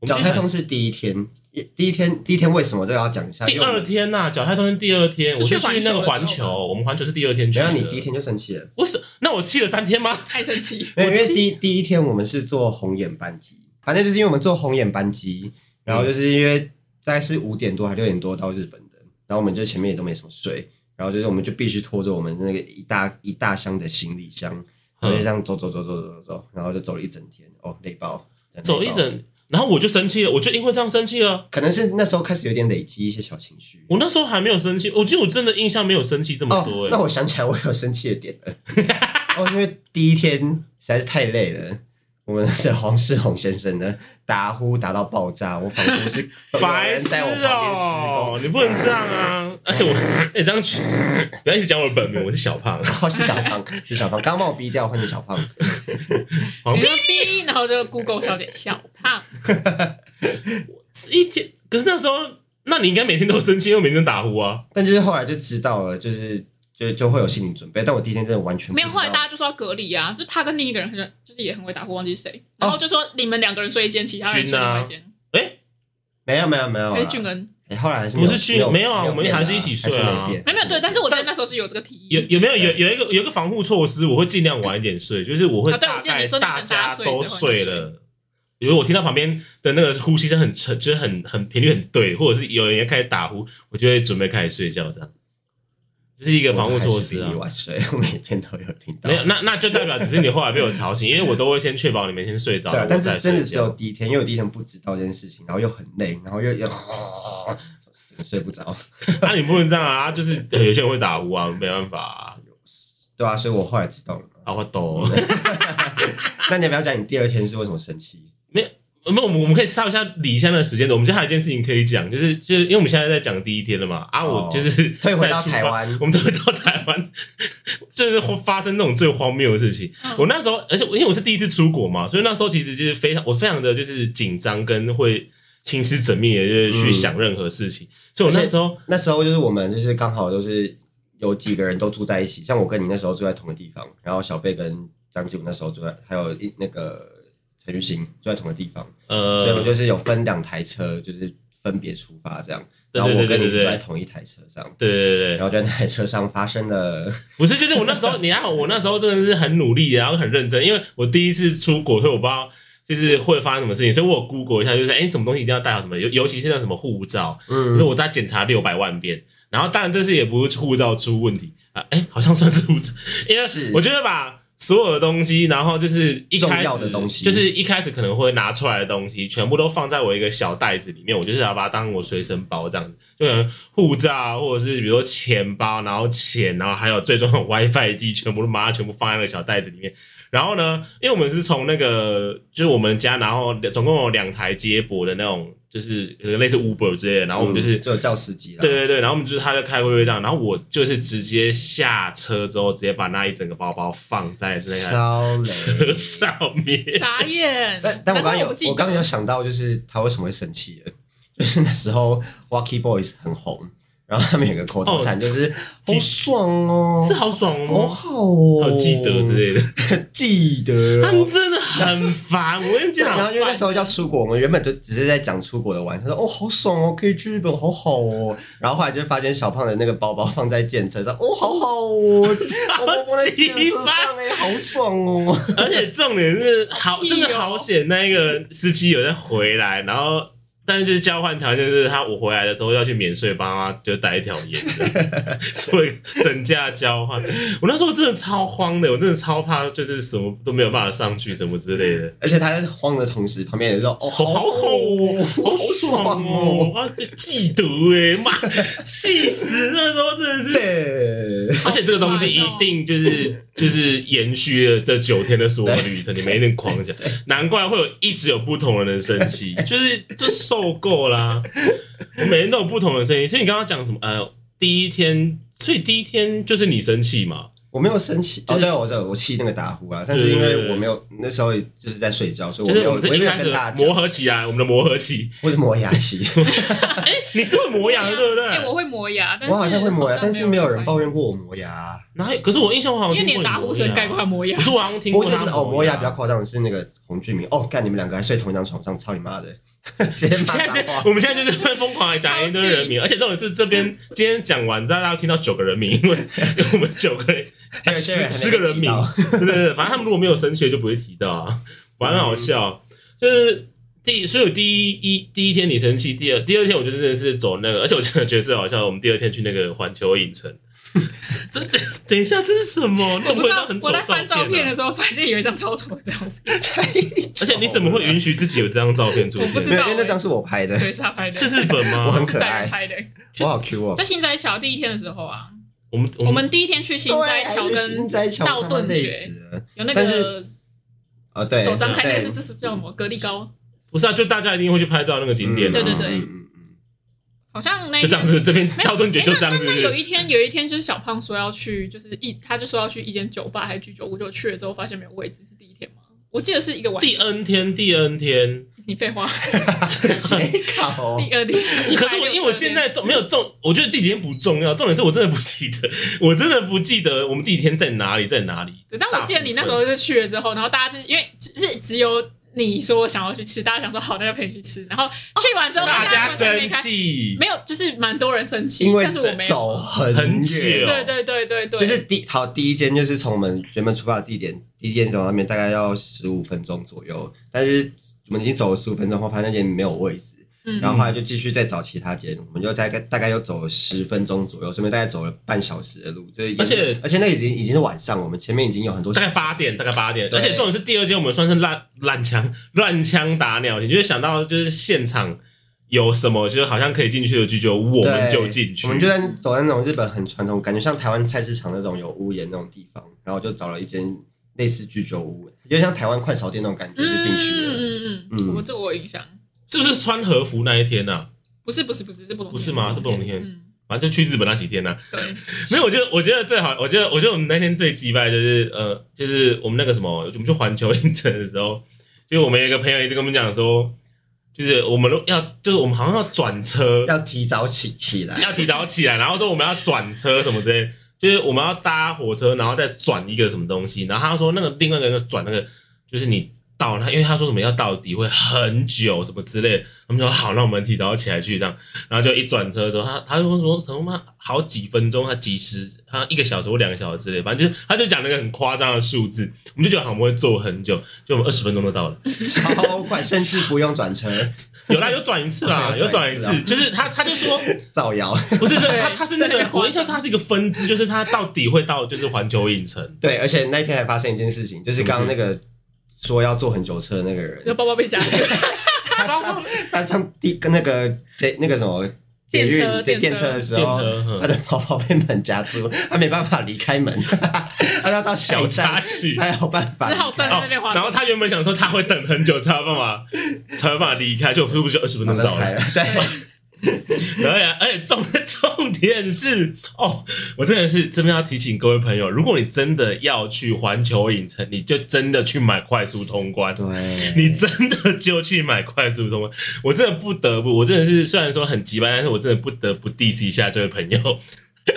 S1: 我们
S2: 脚
S1: 去
S2: 太
S1: 海
S2: 痛是第一天，第一天第一天为什么这个要讲一下？
S1: 第二，天呐、脚太痛是第二天，我
S3: 就是去
S1: 去那个环
S3: 环球的时候
S1: 球，我们环球是第二天去
S2: 没
S1: 的。
S2: 有你第一天就生气了，
S1: 我是那我气了三天吗？
S3: 太
S2: [laughs]
S3: 生气。
S2: 没有，因为第第一天我们是做红眼班机，反正就是因为我们做红眼班机，然后就是因为大概是五点多还六点多到日本的，然后我们就前面也都没什么睡，然后就是我们就必须拖着我们那个一大一大箱的行李箱，
S1: 嗯
S2: 然后就这样走走走走走走走，然后就走了一整天，哦，累爆，真的
S1: 走
S2: 累
S1: 一
S2: 爆，
S1: 整，然后我就生气了，我就因为这样生气了。
S2: 可能是那时候开始有点累积一些小情绪。
S1: 我那时候还没有生气，我觉得我真的印象没有生气这么多、
S2: 哦，
S1: 欸。
S2: 那我想起来我有生气的点了，哦，因为第一天实在是太累了。我们的黄世宏先生呢，打呼打到爆炸，我仿佛是
S1: 哎白痴
S2: 在我旁
S1: 哦、你不能这样啊！而且
S2: [laughs]
S1: 我，哎、这样去，不要一直讲我的本名，我是小胖，
S2: 边施工。哦，是小胖，是小胖，刚刚把我逼掉，换成小胖。
S1: 黄
S3: 你
S1: 斌
S3: 就逼，然后就 Google 小姐小胖，
S1: 一天。可是那时候，那你应该每天都生气，又每天都打呼啊。
S2: 但就是后来就知道了，就是就就会有心理准备。但我第一天真的完全
S3: 没有。后来大
S2: 搭，
S3: 家就说要隔离啊，就他跟另一个人很就是也很会打呼，忘记谁，
S2: 哦
S3: 然后就说你们两个人睡一间，其他人睡另
S2: 啊
S3: 外一间，
S1: 哎、
S2: 没有没有没有啊
S3: 还是，俊恩？
S2: 哎后来还是
S1: 不是去没有啊我们还是一起睡啊
S3: 没有没有对，但是
S2: 我
S3: 我在那时候就有这个提
S1: 有
S3: 议，
S1: 有没有有有一个有一个防护措施，我会尽量晚一点睡，就是我会
S3: 啊对
S1: 大
S3: 我记得
S1: 概
S3: 你说你
S1: 大
S3: 等大
S1: 家
S3: 家睡
S1: 都
S3: 之后你
S1: 睡
S3: 就睡
S1: 了。比如我听到旁边的那个呼吸声很沉，就是很很频率很对，或者是有人开始打呼，我就会准备开始睡觉，这样就是一个防护措施啊
S2: 我还是比你。晚睡，我每天都有听到。
S1: 没有，那那就代表只是你后来被我吵醒，因为我都会先确保你们先睡着，
S2: 对啊，
S1: 然后
S2: 但
S1: 我再
S2: 是真的
S1: 睡
S2: 只有
S1: 觉。
S2: 第一天，因为我第一天不知道这件事情，然后又很累，然后又又、啊睡不着，
S1: 那、你不能这样啊，就是呃有些人会打呼啊，没办法啊，
S2: 对啊，所以我后来知道了嘛。
S1: 啊我抖。
S2: 那你要不要讲你第二天是为什么生气？
S1: 那我们我们可以稍一下理一下那个时间轴。我们现在还有一件事情可以讲，就是就是因为我们现在在讲第一天了嘛，啊，
S2: 哦
S1: 我就是
S2: 退回
S1: 在
S2: 到
S1: 出
S2: 台
S1: 发
S2: 湾
S1: 我们都会到台湾， [laughs] 就是会发生那种最荒谬的事情。
S3: 嗯
S1: 我那时候，而且我因为我是第一次出国嘛，所以那时候其实就是非常我非常的就是紧张，跟会心思缜密的就是去
S2: 嗯
S1: 想任何事情。所以我那时候
S2: 那时候就是我们就是刚好都是有几个人都住在一起，像我跟你那时候住在同个地方，然后小贝跟张继武那时候住在，还有一那个陈玉兴住在同个地方，所以我们
S1: 呃，
S2: 就是有分两台车，就是分别出发这样。
S1: 对
S2: 然后我
S1: 对对
S2: 跟
S1: 对
S2: 你是
S1: 对
S2: 在同一台车上，
S1: 对对对
S2: 然
S1: 对，
S2: 后在那台车上发生了。
S1: 不是，就是我那时候，你看我那时候真的是很努力，然后很认真，因为我第一次出国，所以我不知道。就是会发生什么事情，所以我有 Google 一下，就是哎、什么东西一定要带好，什么尤尤其是那什么护照，因为
S2: 嗯，
S1: 我大概检查六百万遍。然后当然这次也不是护照出问题啊，哎，好像算是护照，因为
S2: 是
S1: 我觉得把所有的东西，然后就是一开
S2: 重
S1: 始
S2: 要的东西
S1: 就是一开始可能会拿出来的东西，全部都放在我一个小袋子里面，我就是要把它当我随身包这样子，就可能护照啊或者是比如说钱包，然后钱，然后还有最重要的 WiFi 机，全部都把它全部放在那个小袋子里面。然后呢，因为我们是从那个就是我们家，然后总共有两台接驳的那种就是有点类似 Uber 之类的，然后我们就是、
S2: 嗯就叫司机啦。
S1: 对，对对，然后我们就是他在开会会这样，然后我就是直接下车之后，直接把那一整个包包放在那个
S2: 超
S1: 车
S2: 雷。
S1: 上面，
S2: [laughs]
S3: 傻眼。
S2: 但但我刚刚
S3: 难怪
S2: 有
S3: 不记得
S2: 我刚刚有想到，就是他为什么会生气的， [laughs] 就是那时候 Wacky Boys 很红，然后他们有个口头禅就是
S1: 哦
S2: “好
S1: 记
S2: 爽哦，
S1: 是好爽
S2: 好
S1: 哦，
S2: 好哦”，
S1: 还有记得之类的，
S2: 的，记得
S1: 他
S2: 哦。
S1: 们真的很烦，我跟你
S2: 然后
S1: 讲，
S2: 因为那时候要出国，我们原本就只是在讲出国的玩，他说哦好爽哦，可以去日本，好好哦。然后后来就发现小胖的那个包包放在健车上，哦好好哦，
S1: [laughs]
S2: 我包包在健车上哎，好爽哦。
S1: 而且重点是好，
S3: 屁
S1: 真
S3: 哦
S1: 的好险，那一个司机有再回来，然后。但是就是交换条件，就是他我回来的时候要去免税，帮他就带一条烟的， [laughs] 所以等价交换。我那时候真的超慌的，我真的超怕，就是什么都没有办法上去，什么之类的。
S2: 而且他在慌的同时，旁边也说哦
S1: 好
S2: 好
S1: 好
S2: 好
S1: 哦，好爽
S2: 爽
S1: 哦
S2: 哦，，
S1: 啊，这嫉妒哎，妈，气死！那时候真的是，
S2: 对，
S1: 而且这个东西一
S3: 好烦哦
S1: 定
S2: [laughs]
S1: 就是就是延续了这九天的所有旅程，你们一定狂讲，难怪会有一直有不同的人生
S2: [laughs]
S1: 气，就是就受够啦、我每天都有不同的声音，所以你刚刚讲什么？呃，第一天，所以第一天就是你生气嘛？
S2: 我没有生气，
S1: 就
S2: 哦
S1: 是
S2: 对，我知道我气那个打呼啊，但是因为我没有那时候就是在睡觉，所
S1: 就
S2: 以我
S1: 是
S2: 没有
S1: 我
S2: 我
S1: 们是
S2: 没
S1: 一
S2: 有
S1: 开始
S2: 跟大家
S1: 磨
S2: [laughs] 讲，
S1: 合起来，我们的磨合期，
S2: 我是磨
S1: [laughs]
S2: 牙期，
S1: 你是会磨牙的，对不对？
S3: 哎、我会磨牙，但
S2: [laughs]
S3: 是
S2: 我好像会磨牙，但是没有人抱
S3: 怨，
S2: 怨过我磨牙啊。
S1: 哪有？可是我印象我好像
S3: 因为
S1: 听
S3: 连
S1: 过
S3: 打
S1: 你
S3: 呼
S1: 磨
S3: 声
S1: 牙
S3: 盖过他磨牙
S2: [laughs]
S1: 不。是我好像听
S2: 不
S1: 过
S2: 是
S1: 他
S2: 真的哦，磨牙比较
S1: 快。
S2: 夸张的是那个洪俊明哦，干你们两个还睡同一张床上，操你妈 [laughs] 的，直接骂
S1: 现在
S2: 脏 [laughs]
S1: 这
S2: 话。
S1: 我们现在就是会疯狂地讲一堆人名，而且这种是这边今天讲完，大家要听到九个人名，
S3: [laughs]
S1: 因为因为我们九个人
S2: 还有些人
S1: 十十
S2: 还
S1: 个人名
S2: 没，
S1: 对对对，反正他们如果没有生气就不会提到啊，反正很好笑。就是第，所以我第一一第一天你生气，第二第二天我就真的是走那个，而且我真的觉得最好笑，我们第二天去那个环球影城。这等等一下，这是什么？
S3: 我不知道
S1: 很，丑
S3: 我
S1: 的
S3: 在翻照
S1: 片
S3: 片
S1: 啊
S3: 的时候发现有一张超丑的照片，
S2: [laughs]
S1: 而且你怎么会允许自己有这张照片出
S3: 我不知
S1: 现？
S2: 没
S3: 道
S2: 有，因为那张是我拍 [laughs] 的，
S3: 对，是他拍的，
S1: 是日本
S2: 我
S1: 吗
S2: 很？
S3: 是
S2: 可
S3: 在人
S2: 爱，
S3: 拍的。
S2: 我好 Q 哦
S3: 在。新斋桥第一天的时候啊，
S1: 我们我
S3: 我
S1: 们
S3: 们第一天去新
S1: 啊
S3: 斋桥
S2: 对
S3: 跟
S2: 新斋桥
S3: 道
S2: 他妈
S3: 顿
S2: 累
S3: 崛
S2: 死了
S3: 有那
S2: 但
S3: 个
S2: 是啊，对，
S3: 手张开那个是
S2: 对
S3: 这是叫什么？格力高，
S1: 不是啊，就大家一定会去拍照那个景点、啊
S3: 对对对
S2: 嗯嗯嗯
S3: 好像那一
S1: 就这
S3: 天
S1: 样子，这边
S3: 没有
S1: 道顿崛就这样
S3: 哎
S1: 子
S3: 那。那有一天，有一天就是小胖说要去，就是一他就说要去一间酒吧还是居酒屋，就去了之后发现没有位置，是第一天吗？我记得是一个晚上。
S1: 第 N 天，第 N 天，
S3: [laughs] 你废话，
S2: 嗯，谁搞？ [laughs]
S3: 第二天。
S1: 哦可是我因为我现在重没有重，我觉得第几天不重要，重点是我真的不记得， [laughs] 我真的不记得我们第几天在哪里，在哪里。
S3: 对，但我记得你那时候就去了之后，然后大家就因为只是只有你说想要去吃，大家想说好，那就陪你去吃。然后去完之后，
S1: 哦大家
S3: 家完全
S1: 生
S3: 没开，
S1: 气，
S3: 没有，就是蛮多人生气
S2: 因，为
S3: 但是我没有。
S2: 走很
S1: 很久
S2: 远，
S3: 对对对对对，
S2: 就是第好第一间就是从我们原本出发的地点，第一间走到那边大概要十五分钟左右，但是我们已经走了十五分钟后，发现那间没有位置，
S3: 嗯
S2: 然后后来就继续再找其他间，我们就大概大概又走了十分钟左右，顺便大概走了半小时的路，就是已经
S1: 而且
S2: 而且那已经已经是晚上，我们前面已经有很多
S1: 大概八点，大概八点，
S2: 对
S1: 而且重点是第二天我们算是乱乱枪乱枪打鸟，你就会想到就是现场有什么，就是好像可以进去的居酒屋，我
S2: 对
S1: 们就进去，
S2: 我们就在走在那种日本很传统，感觉像台湾菜市场那种有屋檐那种地方，然后就找了一间类似居酒屋，有点像台湾快炒店那种感觉，就进去了。
S3: 嗯嗯嗯，我这我有印象，
S1: 是不是穿和服那一天呢、啊？
S3: 不是不是不是，这不懂
S1: 不是吗？是不同天。
S3: 嗯，
S1: 反正就去日本那几天呢、
S3: 对，
S1: 没有，我觉得我觉得最好，我觉得我觉得我们那天最击败就是呃，就是我们那个什么，我们去环球影城的时候，就是我们有一个朋友一直跟我们讲说，就是我们要就是我们好像要转车，
S2: 要提早起起
S3: [laughs]
S2: 来，
S1: [laughs] 要提早起来，然后说我们要转车什么之类，就是我们要搭火车，然后再转一个什么东西。然后他说那个另外一个人转那个，就是你到他，因为他说什么要到底会很久什么之类的，我们说好，那我们提早起来去这样。然后就一转车的时候，他他就说什么妈好几分钟，他几十，他一个小时或两个小时之类，反正就是他就讲那个很夸张的数字，我们就觉得好我们会坐很久，就我们二十分钟都到了。
S2: 超快，甚至不用转车，
S1: 有啦，有转一次
S2: [laughs]
S1: 啦，有
S2: 有
S1: 转
S2: 转
S1: 一
S2: 一
S1: 次
S2: 次啊，
S1: 就是他他就说。
S2: 造谣。 [laughs]
S3: [laughs]
S1: 不是，对，
S3: 对
S1: 他他是那
S3: 在那
S1: 个
S3: 边，
S1: 我印象他是一个分支，就是他到底会到就是环球影城，
S2: 对，而且那天还发生一件事情，就是刚刚那个说要坐很久车的那个人
S3: [laughs] 那，包包被夹。
S2: [laughs] 他上他上第跟那个 J 那个什么捷
S3: 电
S2: 运对
S3: 车电
S2: 电
S3: 车
S2: 车的时
S1: 电
S2: 候
S1: 车嗯，
S2: 他的包包被门夹住，他没办法离开门， [laughs] 他要到下
S1: 小
S2: 一
S1: 插
S2: 站
S1: 曲。
S2: 才有办法
S3: 只。好站在那边
S1: 哦
S3: 划，
S1: 然后
S3: 手机。
S1: 他原本想说他会等很久才有办法，才有办法离开，就殊不知二十分
S2: 马
S1: 钟
S2: 上
S1: 就到
S2: 开
S1: 了。
S2: 了，对，
S1: [laughs] 然后呀，而且重 [laughs] 重点是，哦，我真的是这边要提醒各位朋友，如果你真的要去环球影城，你就真的去买快速通关。
S2: 对，
S1: [laughs] 你真的就去买快速通关， [laughs] 我真的不得不，我真的是虽然说很急吧，但是我真的不得不 diss 一下这位朋友。 [laughs]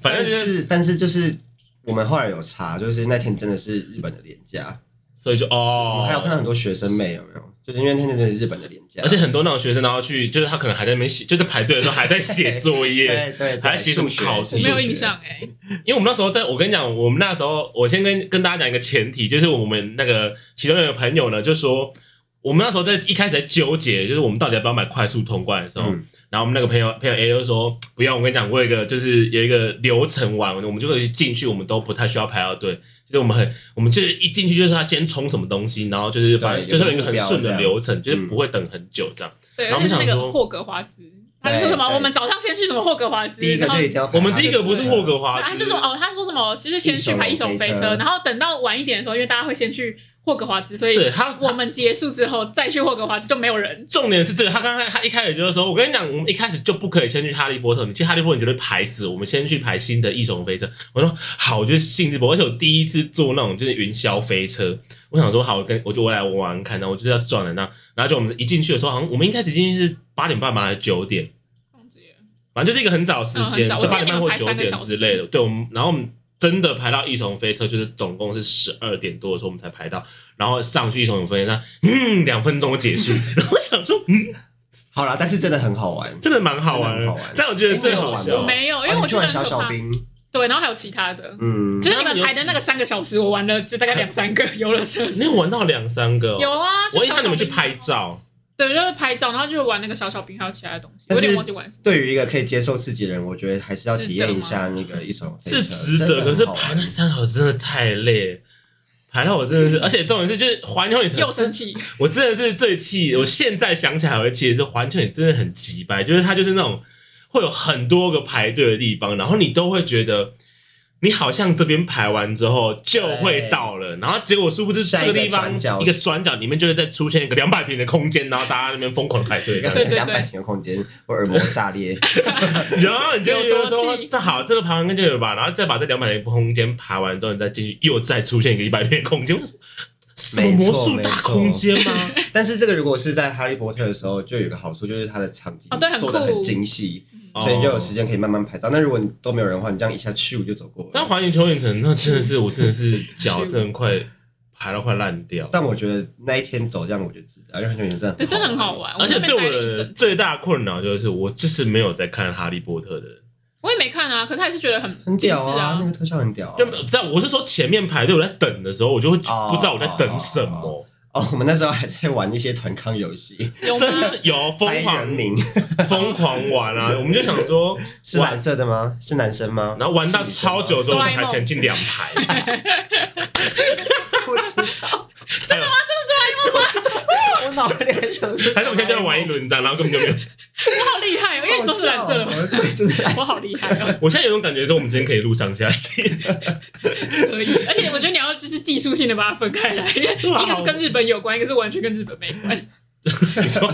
S1: 反正
S2: 但
S1: 就是，
S2: 是但是就是我们后来有查，就是那天真的是日本的廉价，
S1: 所以就
S2: 我
S1: 哦
S2: 们还，有看到很多学生妹有没有？就是因为那天真的是日本的廉价，
S1: 而且很多那种学生，然后去就是他可能还在那边写，就在排队的时候还在写作业，
S2: [laughs] 对对，
S1: 还写什么考试
S3: 我没有
S2: 数学
S3: 印象哎，
S1: 因为我们那时候在，我跟你讲，我们那时候，我先跟跟大家讲一个前提，就是我们那个其中有个朋友呢，就说我们那时候在一开始在纠结，就是我们到底要不要买快速通关的时候，
S2: 嗯
S1: 然后我们那个朋友朋友 A 就说不用，我跟你讲，我有一个就是有一个流程玩，我们就可以进去，我们都不太需要排到队，就是我们很我们就是一进去就是他先冲什么东西，然后就是反正
S2: 对
S1: 就是有一
S2: 有
S1: 个
S2: 个目
S1: 很
S2: 标
S1: 顺
S2: 这
S1: 的
S2: 样
S1: 流程，就是
S2: 嗯
S1: 不会等很久这样。
S3: 对，
S1: 然后
S3: 而
S1: 我
S3: 且
S1: 们
S3: 是
S1: 想
S3: 那
S1: 说
S3: 个霍格华兹，他们说什么？
S2: 对
S3: 我们早上先去什么霍格华兹，
S2: 第一个
S3: 然后
S2: 就一定要排
S1: 我们第一个不是
S2: 队
S1: 霍格华
S3: 啊，
S1: 兹，
S3: 这种哦，他说什么？就是先去排一
S2: 一手
S3: 手
S2: 龙
S3: 飞
S2: 飞车
S3: 车，然后等到晚一点的时候，因为大家会先去霍格华兹，所以
S1: 对他
S3: 我们结束之后再去霍格华兹就没有人。
S1: 重点是对他刚开他一开始就是说，我跟你讲，我们一开始就不可以先去哈利波特，你去哈利波特你绝对排死，我们先去排新的异虫飞车。我说好，我就兴致勃勃，而且我第一次坐那种就是云霄飞车，我想说好，我跟我就我来玩玩看，然后我就是要转了那，然后就我们一进去的时候，好像我们一开始进去是八点半吧，还是九点？
S3: 忘记了
S1: 反正就是一个很早时间，
S3: 嗯很早
S1: 就
S3: 我记
S1: 八
S3: 得
S1: 点
S3: 你
S1: 半
S3: 们
S1: 或
S3: 排
S1: 九
S3: 三个
S1: 点
S3: 小
S1: 之
S3: 时
S1: 类的。对，我们然后我们真的排到一重飞车，就是总共是十二点多的时候我们才排到，然后上去一重飞车，那嗯，两分钟就结束。然后我想说，嗯，
S2: 好啦，但是真的很好玩，
S1: 真的蛮好玩的，
S2: 真的很好玩
S1: 但我觉得最好
S2: 真的
S1: 笑
S2: 好玩。
S3: 哎没有，因为
S2: 哦
S3: 我
S2: 你去
S3: 觉得
S2: 玩
S3: 很
S2: 小
S3: 可
S2: 小
S3: 怕。
S2: 兵，
S3: 对，然后还有其他的，
S2: 嗯，
S3: 就是你们排的那个三个小时，我玩了就大概两三个游乐设
S1: 你有
S3: 施。
S1: 玩到两三个、哦？
S3: 有啊，就
S1: 我印象
S3: 小
S1: 你们
S3: 小
S1: 去
S3: 兵
S1: 拍，照，
S3: 对，就是拍照，然后就是玩那个小小兵，还有其他的东西，我
S2: 但
S3: 有
S2: 是
S3: 点忘记玩什么。
S2: 对于一个可以接受刺激的人，我觉得还是要体验一下那个一手
S1: 是值得，可是排那三个小时真的太累了，排到我真的
S2: 嗯
S1: 是，而且重点是就是环球影城
S3: 又生气，
S1: 我真的是最气，我现在想起来还会气的是环球，你真的很急掰，就是它就是那种会有很多个排队的地方，然后你都会觉得你好像这边排完之后就会到了，然后结果殊不知这
S2: 下一个
S1: 地方
S2: 转角
S1: 一个转角里面就会再出现一个两百平的空间，然后大家在那边疯狂排队，
S3: 对对
S2: 两百平的空间，我耳膜炸
S1: [laughs]
S2: 裂。
S1: 然后你就会觉得
S3: 有多
S1: 说
S3: 气
S1: 这好，这个排完跟就有吧，然后再把这两百平的空间排完之后，你再进去又再出现一个一百平的空间，我说什么魔术
S2: 没错
S1: 大空间吗？
S2: 但是这个如果是在哈利波特的时候，就有一个好处，就是它的场景
S3: 哦对很
S2: 做的
S3: 酷
S2: 很精细，所以你就有时间可以慢慢排到。那如果你都没有人的话，你这样一下去我就走过
S1: 哦但
S2: 了。
S1: 环球影城那真的是，我真的是脚真的快排到快烂掉。
S2: 但我觉得那一天走这样，我觉得值得，因为很久以前真的
S3: 对，真的很好
S2: 玩。
S3: 玩。
S1: 而且
S3: 们
S1: 对
S3: 那
S1: 我
S3: 边待了一
S1: 的
S3: 整
S1: 最大困扰就是，我就是没有在看《哈利波特》的人。
S3: 我也没看啊，可是还是觉得很
S2: 很屌
S3: 精致
S2: 啊，那个特效很屌、啊。
S1: 就但我是说前面排队我在等的时候，我就会
S2: 哦
S1: 不知道我在等什么。
S2: 哦，我们那时候还在玩一些团康游戏，
S3: 有
S1: 真
S3: 吗？
S1: 的有
S2: 猜
S1: 疯
S2: 人
S1: 狂
S2: 名
S1: 疯狂玩啊！我们就想说
S2: 是蓝
S1: 玩，
S2: 色的吗？是男
S1: [laughs]
S2: 生吗？
S1: 然后玩到
S2: 是女生吗
S1: 超久之后，我
S3: 哆
S1: 们
S3: 啦 A
S1: 才
S3: 梦
S1: 前进两排。
S2: 我知道，
S1: 真的吗？
S2: 我脑海里很想说，
S1: 还是我们现在就在玩一轮这样，然后根本就没有。
S3: 我好厉害哦，因为你说是蓝色的嘛，
S2: 对，就是蓝
S3: 我
S2: 色。
S3: 好厉害哦，
S1: 我现在有种感觉，说我们今天可以录上下集。 [laughs]
S3: 可以。而且我觉得你要就是技术性的把它分开来，因为
S1: 啊
S3: 一个是跟日本有关，一个是完全跟日本没关。
S1: 你说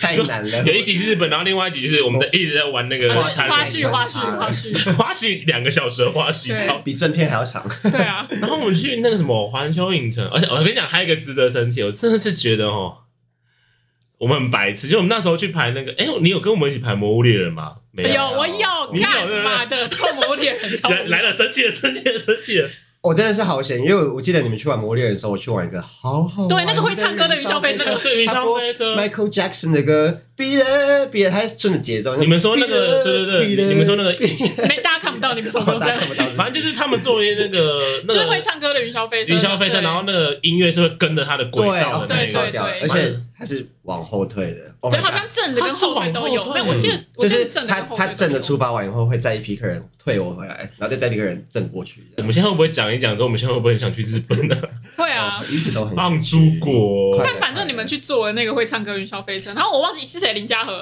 S2: 太难了。
S1: 有一集是日本，然后另外一集就是我们在一直在玩那个
S3: 啊
S2: 花
S3: 就是
S2: 絮
S3: 花
S2: 才
S3: 絮，
S2: 穿
S3: 花
S2: 插
S3: 絮，
S1: [laughs]
S3: 花絮，
S1: 花絮两个小时的花絮，
S3: 对
S1: 好
S2: 比正片还要长，
S3: 对啊，
S1: 然后我们去那个什么环球影城，而且我跟你讲，还有一个值得生气，我真的是觉得哦，我们很白痴，就我们那时候去排那个，哎，你有跟我们一起排《魔物猎人》吗？没
S3: 有
S1: 有。
S3: 我有
S1: 你有对
S3: 干
S1: 不对
S3: 妈的臭魔脸很超
S1: 来来了，生气了，生气了，生气了！
S2: 我真的是好险，因为我我记得你们去玩《魔猎人》的时候，我去玩一个好好玩
S3: 对那个会唱歌的
S2: 云
S3: 云霄飞车
S2: 车
S1: 对云
S2: 他
S1: 霄
S2: 播
S1: 飞车，
S2: ，Michael Jackson 的歌，比了比了，他顺着节奏。
S1: 你们说那个，对对对，你们说那个，
S3: 没大家看不到你们手
S1: 哦
S2: 我
S3: 都
S2: 大
S3: 在
S2: 家，看不到，
S1: 反正就是他们作为那
S3: [laughs]
S1: 个那
S3: 就是会
S1: 个
S3: 唱歌的云霄飞车，
S1: 云霄飞车，
S3: 对哦
S1: 然后那个音乐是会跟着他的轨道的那
S3: 对
S2: 超
S1: 个，
S3: 对
S2: 屌的，
S3: 对
S2: 而且他是往后退的。Oh my
S3: 对，好
S2: god
S3: 像正的跟后背
S1: 他
S3: 都
S1: 是往
S3: 有，
S1: 后
S3: 没
S1: 退嗯
S3: 有，我记得我
S2: 就
S3: 记得
S2: 是
S3: 正的
S2: 他
S3: 跟后背
S2: 他
S3: 都
S2: 正的
S3: 有
S2: 出发完以后，会再一批客人退我回来，然后再再一批客人正过去。
S1: 我们现在会不会讲一讲说，我们现在会不会很想去日本
S3: [laughs]
S1: 呢？
S3: 会啊。
S2: 一哦直都很
S1: 放出国，
S2: 快啊
S3: 但反正你们去做了那个会唱歌云霄飞车，然后我忘记是谁林嘉禾，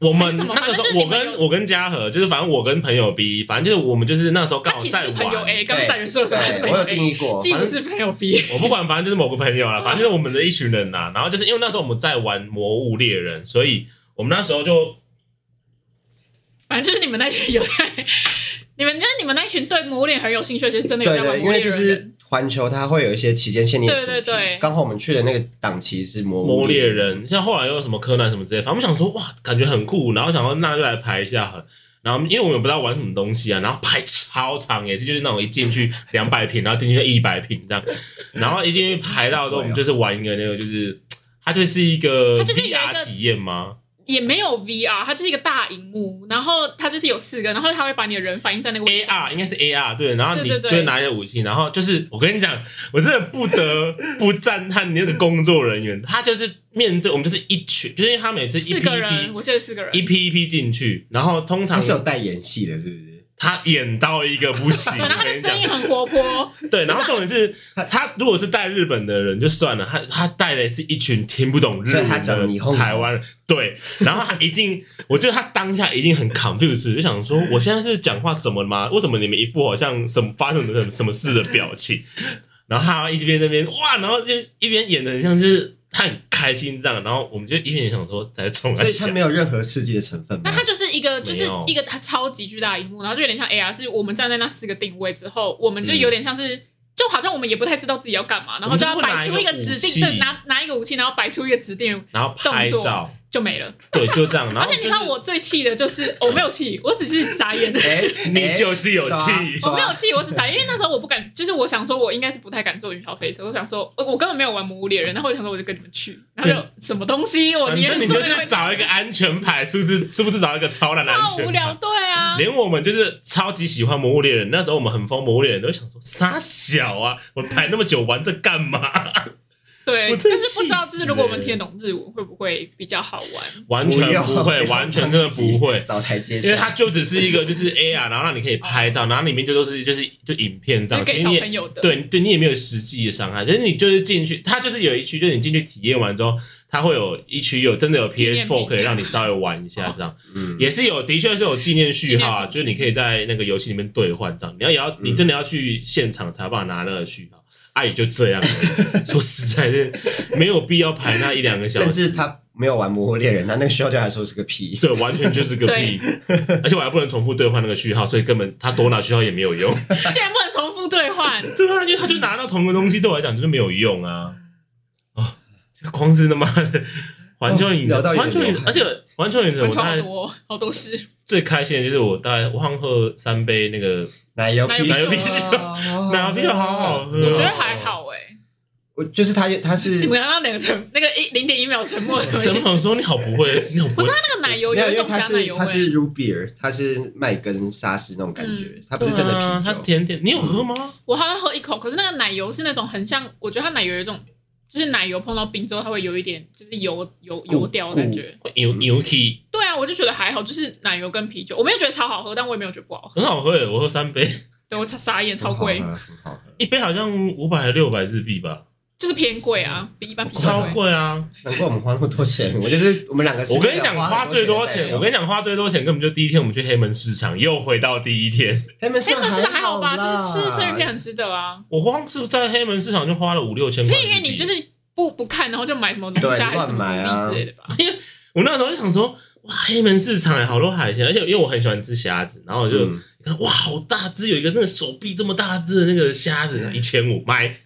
S1: 我们
S3: 没什么
S1: 那个时
S3: 反正就
S1: 候，
S3: 是
S1: 我
S3: 你们有
S1: 跟我跟嘉禾，就是反正我跟朋友 B，反正就是我们就是那时候刚
S3: 他
S1: 好
S3: 其实
S1: 在
S3: 是朋友
S1: 玩。
S3: A，刚刚在人
S1: [laughs]
S3: 说的时候他是
S2: 对，
S3: 朋
S2: 我
S3: 友
S2: 有定
S3: A，
S2: 义过，
S3: 既
S2: 反
S3: 不
S2: 正
S3: 是朋友 B，
S1: 我不管，反正就是某个朋友
S3: [laughs] 哦
S1: 啦，反正就是我们的一群人呐、然后就是因为那时候我们在玩《魔物猎人》，所以我们那时候就
S3: 反正就是你们那群有在，你们就是你们那群对魔脸很有兴趣，而且真的有
S2: 对
S3: 在玩
S2: 对，因
S3: 魔
S2: 为
S3: 猎
S2: 就
S3: 人的人。
S2: 是环球它会有一些期间限定的主题，
S3: 对对对
S2: 刚好我们去的那个档期是魔
S1: 《
S2: 物
S1: 魔物猎
S2: 人，
S1: 人》，像后来又有什么柯南什么之类，反正我想说哇，感觉很酷，然后想说那就来排一下好了。然后因为我们也不知道玩什么东西啊，然后排超长，也是就是那种一进去两百平，然后进去就一百平这样，然后一进去排到的时候，我们就是玩一个那个就是。它就是一个
S3: 它就是有一个
S1: VR 体验吗？
S3: 也没有 VR，它就是一个大荧幕，然后它就是有四个，然后它会把你的人反映在那个位置上
S1: AR 应该是 AR 对，然后你
S3: 对对
S1: 就
S3: 对
S1: 会拿一个武器，然后就是我跟你讲，我真的不得不赞叹你那个工作人员，他就是面对我们就是一群，就是因为他每次一批
S3: 四
S1: 一
S3: 个人，
S1: 批
S3: 我记得四个人。
S1: 一批一批进去，然后通
S2: 它
S1: 常
S2: 是有带演戏的，是不是？
S1: 他演到一个不行，
S3: [laughs] 对，然
S1: 我
S3: 后他的
S1: 跟你
S3: 声
S1: 讲
S3: 音很活泼，
S1: 对，然后重点是
S2: 他
S1: 他如果是带日本的人就算了，他他带的是一群听不懂日
S2: 所以他
S1: 文
S2: 讲
S1: 的
S2: 你后
S1: 台湾人，对，然后他一定，我觉得他当下一定很 confused，就想说我现在是讲话怎么了吗？为什么你们一副好像什么发生了什么什么事的表情？然后他一边那边哇，然后就一边演的很像就是他很开心这样，然后我们就一边想说在冲啊
S2: 所以它
S1: 笑，
S2: 没有任何刺激的成分吗
S3: [laughs] 那？它就是一个就是
S1: 嗯没有
S3: 一个它超级巨大的荧幕，然后就有点像 AR，是我们站在那四个定位之后，我们就有点像是。就好像我们也不太知道自己要干嘛，然后就
S1: 嗯
S3: 要
S1: 我们就是
S3: 摆
S1: 会
S3: 出一个
S1: 拿一个
S3: 指
S1: 武器
S3: 定，对，拿拿一个武器，然后摆出一个指定
S1: 然后拍
S3: 动作
S1: 照，
S3: 就没了。
S1: 对，就这样，然
S3: 而
S1: 后
S3: 且你看，
S1: 哦就是
S3: 我最气的就是哦我没有气，我只是傻眼，
S2: 哎，
S1: 你啊就是有气。
S2: 抓
S3: 我没有气，我只傻眼，因为那时候我不敢，就是我想说，我应该是不太敢坐云霄飞车，我想说，呃我我根本没有玩《魔物猎人》，然后我想说我就跟你们去，然后就什么东西，我
S1: 反
S3: 宁愿
S1: 正你
S3: 坐
S1: 就
S3: 那
S1: 是
S3: 个
S1: 找一个安全牌，是不是？是不是找一个超烂的安
S3: 超
S1: 全
S3: 无
S1: 牌？
S3: 聊，对啊，
S1: 连我们就是超级喜欢《魔物猎人》，那时候我们很疯《魔物猎人》，都会想说傻小啊，我排那么久玩这干嘛？ [laughs]
S3: 对，
S1: 我
S3: 但
S1: 真的
S3: 是不知道，
S1: 气
S3: 就
S1: 死
S3: 是如果我们
S1: 欸
S3: 听得懂日文，会不会比较好玩？
S1: 完全不
S2: 不
S1: 会，
S2: [laughs] 要
S1: 完全真的不
S2: [laughs]
S1: 会，
S2: 找台阶下，
S1: 因为它就只是一个就是 AR，然后让你可以拍照，然后里面就都是就是就影片这样，
S3: 就是给
S1: 其实
S3: 小
S1: 你也
S3: 朋友的，
S1: 对对你也没有实际的伤害，就是你就是进去，它就是有一区，就是你进去体验完之后，它会有一区有真的有
S3: 纪念
S1: PS4
S3: 品
S1: 可以让你稍微玩一下这样。
S2: 嗯，
S1: 也是有，的确是有纪念序号啊，
S3: 纪念品
S1: 就是你可以在那个游戏里面兑换这样。你要也要，你真的要去现场才有办法拿那个序号。啊，也就这样而已 [laughs] 说实在是没有必要排那一两个小时，
S2: 甚至他没有玩《魔物猎人》，他那个需要对他来说是个屁。
S1: 对，完全就是个
S3: 对
S1: 屁。而且我还不能重复兑换那个序号，所以根本他多拿序号也没有用。 [laughs]
S3: 竟然不能重复兑换，
S1: 对啊，因为他就拿到同个东西，对我来讲就是没有用啊。啊，这光是他妈的环球影
S2: 哦聊
S1: 城，
S2: 到有
S1: 环球影
S2: 点流
S1: 城，
S2: 汗
S1: 而且环球影城
S3: 完
S1: 我
S3: 全
S1: 大
S3: 好
S1: 概
S3: 多好多事。
S1: 最开心的就是我大概我好像喝三杯那个
S2: 奶油啤
S3: 奶油啤
S1: 酒
S2: 酒
S1: 奶油啤酒好好喝哦
S3: 啊我觉得还好哎，
S2: 我就是他，他是
S3: 你们刚刚两个沉那个一零点一秒沉默，
S1: [laughs] 陈
S3: 那
S1: 鹏说：“你好，不
S3: [laughs]
S1: 会，你好不
S3: 不
S1: 会
S3: 是，个奶油
S2: 没有，
S3: 有
S2: 因为
S3: 一种
S2: 他
S3: 加奶
S2: 是
S3: 油
S2: 他
S3: 味，
S2: 是 root beer，他是麦根沙士那种感觉
S3: 嗯，
S2: 他不是真的
S1: 啊它
S2: 啤
S1: 是
S2: 酒。
S1: 甜点，你有喝吗？
S3: 我好像喝一口，可是那个奶油是那种很像，我觉得它奶油有一种。就是奶油碰到冰之后，它会有一点就是油油油掉的感觉。
S1: 会牛牛皮
S3: 对啊，我就觉得还好，就是奶油跟啤酒，我没有觉得超好喝，但我也没有觉得不好喝。
S1: 很好喝欸耶，我喝三杯， [laughs]
S3: 对我傻眼，超贵，
S2: 很好喝很好喝。
S1: 一杯好像五百还六百日币吧，
S3: 就是偏贵啊，比一般啤酒
S1: 超
S3: 贵。
S1: 贵啊！
S2: 难怪我们花那么多钱，我就是我们两个是
S1: 我
S2: 没有很多钱的
S1: 跟你讲，
S2: 代表。
S1: 花最多钱，
S3: 啊
S1: 我跟你讲，花最多钱根本就第一天我们去黑门市场，又回到第一天， [laughs]
S2: 黑门
S3: 黑
S2: 市
S3: 门市的哎还好
S2: 好
S3: 吧，
S2: 啦
S3: 就是吃生鱼片。很值得啊。
S1: 我光是在黑门市场就花了五六千
S3: 只
S1: 块日
S3: 是
S1: 币。
S3: 因为你就是不不看，然后就买什么龙虾还是什么
S1: 啊
S3: 牡蛎之类的吧。
S1: 我那时候就想说，哇，黑门市场欸有好多海鲜，而且因为我很喜欢吃虾子，然后我就
S2: 嗯
S1: 看哇，好大只，有一个那个手臂这么大只的那个虾子，一千五买。”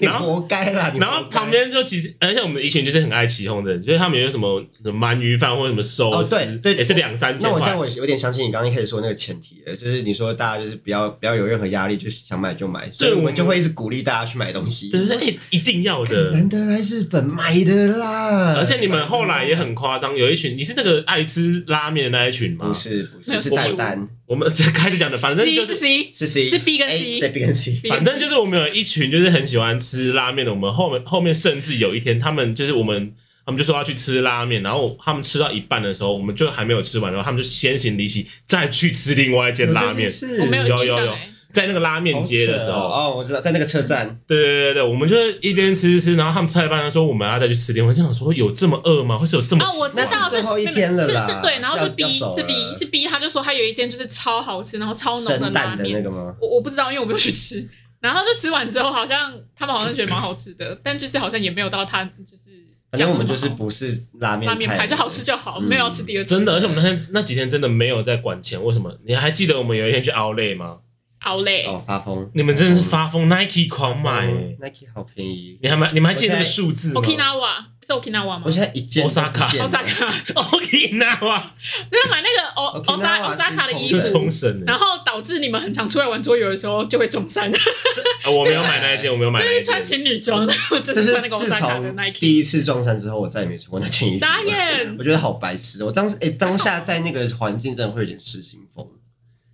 S2: 你
S1: 然后
S2: 活该啦！你活
S1: 然
S2: 该
S1: 后旁边就其实，而且我们以前就是很爱起哄的人，就是他们有什么什么鳗鱼饭或者什么寿司，
S2: 哦对对
S1: 也是两三千
S2: 那我这样
S1: 块。
S2: 我有点相信你刚刚一开始说那个前提了，就是你说大家就是不要不要有任何压力，就是想买就买，所
S1: 对
S2: 以我
S1: 我
S2: 们
S1: 们
S2: 就会一直鼓励大家去买东西。
S1: 对对对，哎一定要
S2: [laughs]
S1: 的。
S2: 难得来日本买的啦！
S1: 而且你们后来也很夸张，有一群你是那个爱吃拉面的那一群
S2: 不
S1: 吗？
S2: 是不
S3: 没有
S2: 是是菜单，
S1: 我们开始讲的，反正
S3: C [laughs]
S1: 就是是
S3: C，
S2: 是 C
S3: 是 B 跟
S2: A，
S3: C
S2: 对 B 跟 C。
S1: 反正就是我们有一群就是很喜欢吃拉面的，我们后面后面甚至有一天，他们就是我们他们就说要去吃拉面，然后他们吃到一半的时候，我们就还没有吃完，然后他们就先行离席，再去吃另外一间拉面。
S2: 是
S3: 我没有
S1: 有
S3: 印象
S1: 有
S3: 哎，
S1: 在那个拉面街的时候，
S2: 哦，我知道，在那个车站，
S1: 对对对对，我们就一边吃吃吃，然后他们吃到一半说我们要再去吃点，我就想说有这么饿吗？或是有这么
S3: 啊，我知
S2: 那
S3: 道
S2: 是最后一天了
S3: 是
S2: 啦
S3: 是对，然后是
S2: 要
S3: B
S2: 要走
S3: 是 B
S2: 了
S3: 是 B，他就说他有一间就是超好吃，然后超浓
S2: 生
S3: 拉
S2: 蛋的那
S3: 面，
S2: 个吗？
S3: 我我不知道，因为我没有去吃。然后他就吃完之后，好像他们好像觉得蛮好吃的，但就是好像也没有到他就是
S2: 反正
S3: 讲
S2: 我
S3: 那么好。
S2: 们就是不是拉面
S3: 拉面
S2: 派
S3: 派
S2: 的
S3: 就好吃就好，
S2: 嗯
S3: 没有要吃第二次。
S1: 真的，而且我们那天那几天真的没有在管钱，为什么？你还记得我们有一天去 Outlet 吗？
S3: 熬累，
S2: 哦，发疯！
S1: 你们真的是发疯，Nike 欸狂买、
S3: 哦
S2: 嗯 Nike 好便宜，
S1: 你还买？你们还记得那个数字吗
S3: Okinawa 是 Okinawa
S2: 我
S3: 吗
S2: 现在一件
S1: Osaka
S2: 一件 [laughs]
S3: ？Osaka，
S1: 哦
S3: [laughs]
S1: ？Okinawa
S3: 没有买那个 O
S2: Okinawa
S3: Osaka
S2: 哦是
S3: Osaka 的衣
S1: 是
S3: 服，
S1: 冲绳的
S3: 然，后导致你们很常出来玩桌游的时候就会中山，就
S1: 啊我没有买那一件，我没有买那一件
S3: 是穿。情侣装，然后就
S2: 就是是
S3: 穿那个
S2: 自
S3: Osaka 的
S2: 从
S3: Nike。
S2: 第一次撞衫之后，我再也没穿过那件衣服。
S3: 傻！眼，
S2: 我觉得好白痴哦！我当时哎，当下在那个环境真的会有点失心疯。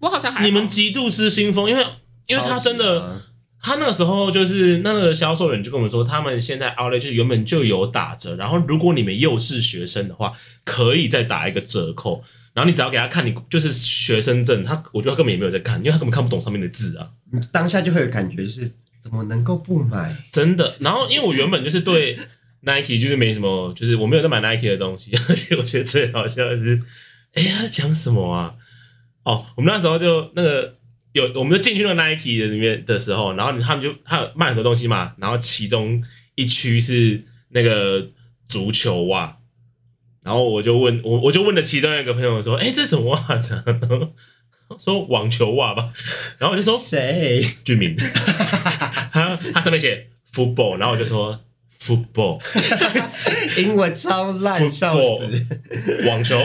S3: 我好像还好
S1: 你们极度失心疯，因为因为他真的，
S2: 超级啊
S1: 他那个时候就是那个销售人就跟我们说，他们现在 Outlet 就是原本就有打折，然后如果你们又是学生的话，可以再打一个折扣。然后你只要给他看你就是学生证，他我觉得他根本也没有在看，因为他根本看不懂上面的字啊，
S2: 你当下就会有感觉，就是怎么能够不买？
S1: 真的。然后因为我原本就是对 Nike 就是没什么，就是我没有在买 Nike 的东西， [laughs] 而且我觉得最好笑的是，哎，他在讲什么啊？哦，我们那时候就那个有，我们就进去那个 Nike 的里面的时候，然后他们就他有卖很多东西嘛，然后其中一区是那个足球袜，然后我就问我我就问了其中一个朋友说，哎，这什么袜子、啊？ [laughs] 然后他说网球袜吧，然后我就说
S2: 谁？
S1: 俊明，他他上面写 football，然后我就说 football
S2: [laughs] 英文超烂，笑死！
S1: 网球。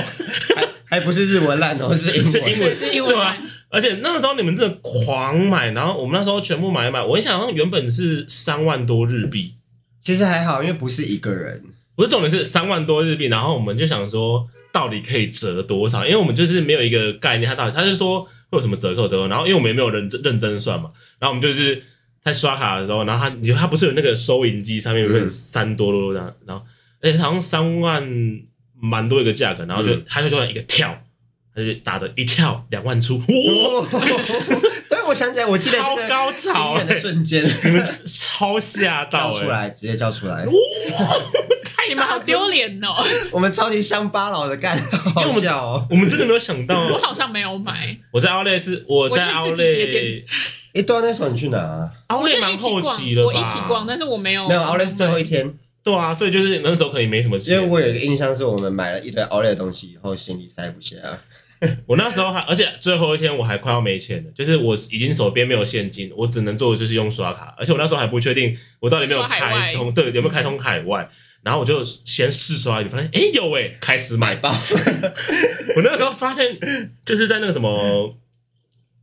S2: 还不是日文烂哦，是
S1: [laughs]
S2: 英
S1: 是
S2: 文。
S1: 英文，
S3: 是英文
S1: 对啊。而且那个时候你们真的狂买，然后我们那时候全部买一买，我印象好像原本是三万多日币，
S2: 其实还好，因为不是一个人，
S1: 不是重点是三万多日币，然后我们就想说到底可以折多少，因为我们就是没有一个概念，他到底他就说会有什么折扣折扣，然后因为我们也没有认真认真算嘛，然后我们就是在刷卡的时候，然后他你他不是有那个收银机上面有
S2: 嗯
S1: 本三多多多这样，然后而且好像三万蛮多一个价格，然后就、
S2: 嗯
S1: 他就突然一个跳，他就打着一跳两万 [laughs] 出，哇、
S2: 对，我想起来，我记得
S1: 超
S2: 这个
S1: 高
S2: 惊
S1: 潮、
S2: 艳的
S1: 欸，
S2: 瞬间，
S1: 你们超吓 [laughs] 到、
S2: 叫
S1: 欸，
S2: 出来，直接叫出来。
S3: 你
S2: 哎
S3: 们好丢脸哦！
S2: 我们超级乡巴佬的干，好笑哦！
S1: 我们真的没有想到
S3: 我
S1: 啊，
S3: 好像没有买，
S1: 我在 Outlet 是我在
S3: 我就自己节俭
S1: Outlet，Outlet
S2: 哎，对啊，那时候你去哪啊？
S3: 我就
S1: 蛮
S3: 一起
S1: 后
S3: 逛
S1: 期了，吧？
S3: 我一起逛，但是我没有
S2: 没有，Outlet 是最后一天，
S1: 对啊，所以哦就是那时候可能没什么
S2: 因
S1: 钱
S2: 为。
S3: 啊
S2: 我有一个印象是我们买了一堆 Outlet 的东西以后，行李塞不下。
S1: 我那时候还，而且最后一天我还快要没钱了，就是我已经手边没有现金，我只能做的就是用刷卡，而且我那时候还不确定我到底有没有
S3: 刷海
S1: 开
S3: 外
S1: 通，对，有没有开通海外。然后我就先试刷，你发现哎有哎，开始买
S2: 买
S1: [laughs]
S2: 爆！
S1: 我那个时候发现，就是在那个什么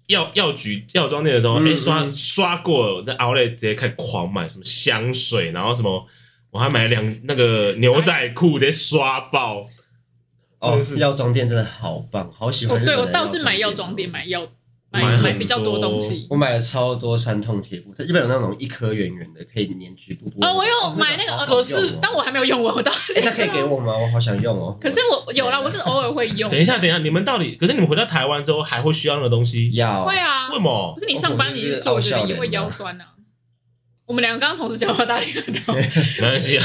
S1: 药药局药妆店的时候，哎、
S2: 嗯
S1: 刷
S2: 嗯
S1: 刷过，在 Outlet 直接开始狂买什么香水，然后什么，我还买了两那个牛仔裤，直接刷爆。
S2: [laughs] 哦
S1: 真是，
S2: 药妆店真的好棒，好喜
S3: 我
S2: 欢。
S3: 哦对我倒是买药妆店，，买药买
S1: 买很
S3: 买比较多
S1: 多
S3: 东西。
S2: 我买了超多酸痛贴布，日本有那种一颗圆圆的，可以粘局部。
S3: 哦我有买那个呃
S2: 好好
S1: 可
S2: 用哦
S1: 是
S3: 但我还没有用完，我到
S2: 哎
S3: 现
S2: 那可以
S3: 在。
S2: 给我吗？我好想用哦。
S3: 可是我有啦，我是偶尔会用。
S1: 等一下，等一下，你们到底？可是你们回到台湾之后还会需要那个东西？
S2: 要
S3: 会啊
S1: 为，什么
S3: 不？是你上班你是坐着你也会腰酸啊。我们两个刚刚同时讲话，大家听得到。
S1: 没关
S2: [laughs]
S1: 系啊。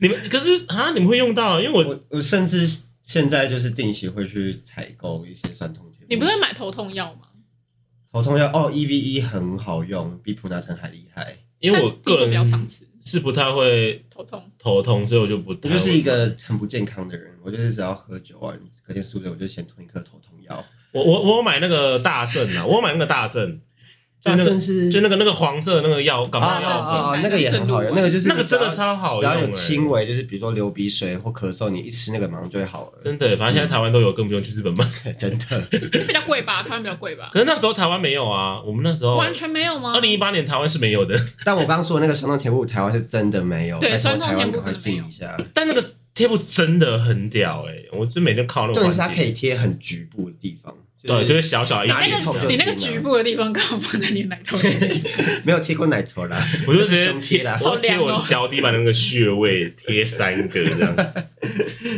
S1: 你们可是啊，你们会用到，因为我
S2: 我我甚至现在就是定期会去采购一些酸痛贴布。
S3: 你不是买头痛药吗？
S2: 头痛药哦，EVE 很好用，比普拿疼还厉害。
S1: 因为我
S3: 但听
S1: 个
S3: 说不要
S1: 人
S3: 常吃
S1: 是不太会
S3: 头痛。
S1: 头痛，所以我就不
S2: 我
S1: 太
S2: 就是
S1: 会
S2: 一个很不健康的人，我就是只要喝酒啊，隔天宿醉我就先吞一颗头痛药。
S1: 我我我有买那个大正啊，我有买那个大正，就
S2: 大
S1: 那个
S2: 正啊是
S1: 就那个那个黄色的那个药感
S2: 啊
S1: 冒
S2: 啊
S1: 药粉，
S2: 啊，啊那个也很好用，那个就是
S1: 那个真的
S2: 只要
S1: 超好
S2: 只
S1: 用、
S2: 要
S1: 欸，
S2: 有轻微就是比如说流鼻水或咳嗽，你一吃那个马上就会好了。
S1: 真的、反正现在台湾都有，更不用去日本买。 [laughs]
S2: 真的，
S3: 这比较贵吧？台湾比较贵吧？
S1: 可是那时候台湾没有啊，我们那时候
S3: 完全没有吗？
S1: 二零一八年台湾是没有的，
S2: 但我刚刚说的那个酸痛甜布，台湾是真的没有，
S3: 对
S2: 拜托
S3: 酸痛
S2: 台湾
S3: 甜布
S2: 赶快
S3: 真的没有
S2: 进一下。
S1: 但那个贴布真的很屌哎、我就每天靠那
S2: 重
S1: 个
S2: 点是它
S1: 环
S2: 可
S1: 境，
S2: 以贴很局部的地方，
S1: 对，就是是小小一
S2: 哪
S3: 里
S1: 点
S2: 痛
S1: 这
S2: 就
S1: 样
S3: 你那个局部的地方刚好放在你的奶头前面，
S2: 没有贴过奶头啦，
S1: 我就直接
S2: 胸
S1: 贴
S2: 贴啦，
S1: 我就贴
S3: 好凉
S1: 我
S3: 哦
S1: 脚底板的那个穴位，贴三个 [laughs] 这样。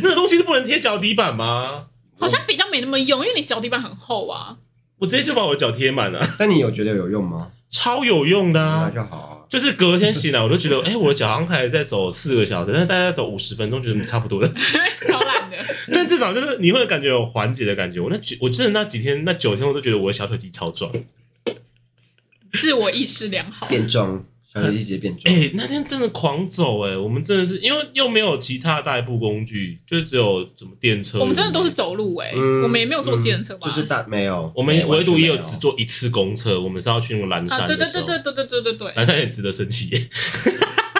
S1: 那个东西是不能贴脚底板吗？
S3: 好像比较没那么用，因为你脚底板很厚啊。
S1: 我直接就把我的脚贴满了，
S2: 但你有觉得有用吗？
S1: 超有用的
S2: 那
S1: 啊！
S2: 就好啊。
S1: 就是隔天醒来，我就觉得，哎、我的脚好像还在走四个小时，但是大家走五十分钟，觉得嗯差不多了。
S3: 超懒的。
S1: [laughs] 但至少就是你会感觉有缓解的感觉。我那几我真的那几天那九天，我都觉得我的小腿肌超壮。
S3: 自我意识良
S1: 嗯
S3: 好，
S2: 变壮，小姐姐直接变嗯
S1: 哎、
S2: 壮，
S1: 那天真的狂走哎、我们真的是因为又没有其他代步工具，就只有什么电车。
S3: 我们真的都是走路哎、
S2: 嗯
S3: 我们也没有坐计程车吧？
S2: 就是大没有，
S1: 我们
S2: 没
S1: 唯独也有
S2: 完全没
S1: 只坐一次公车，我们是要去那个蓝
S3: 啊，
S1: 山
S3: 对
S1: 的
S3: 对
S1: 时
S3: 对
S1: 候。
S3: 对对对对对对，
S1: 蓝山也值得生气耶，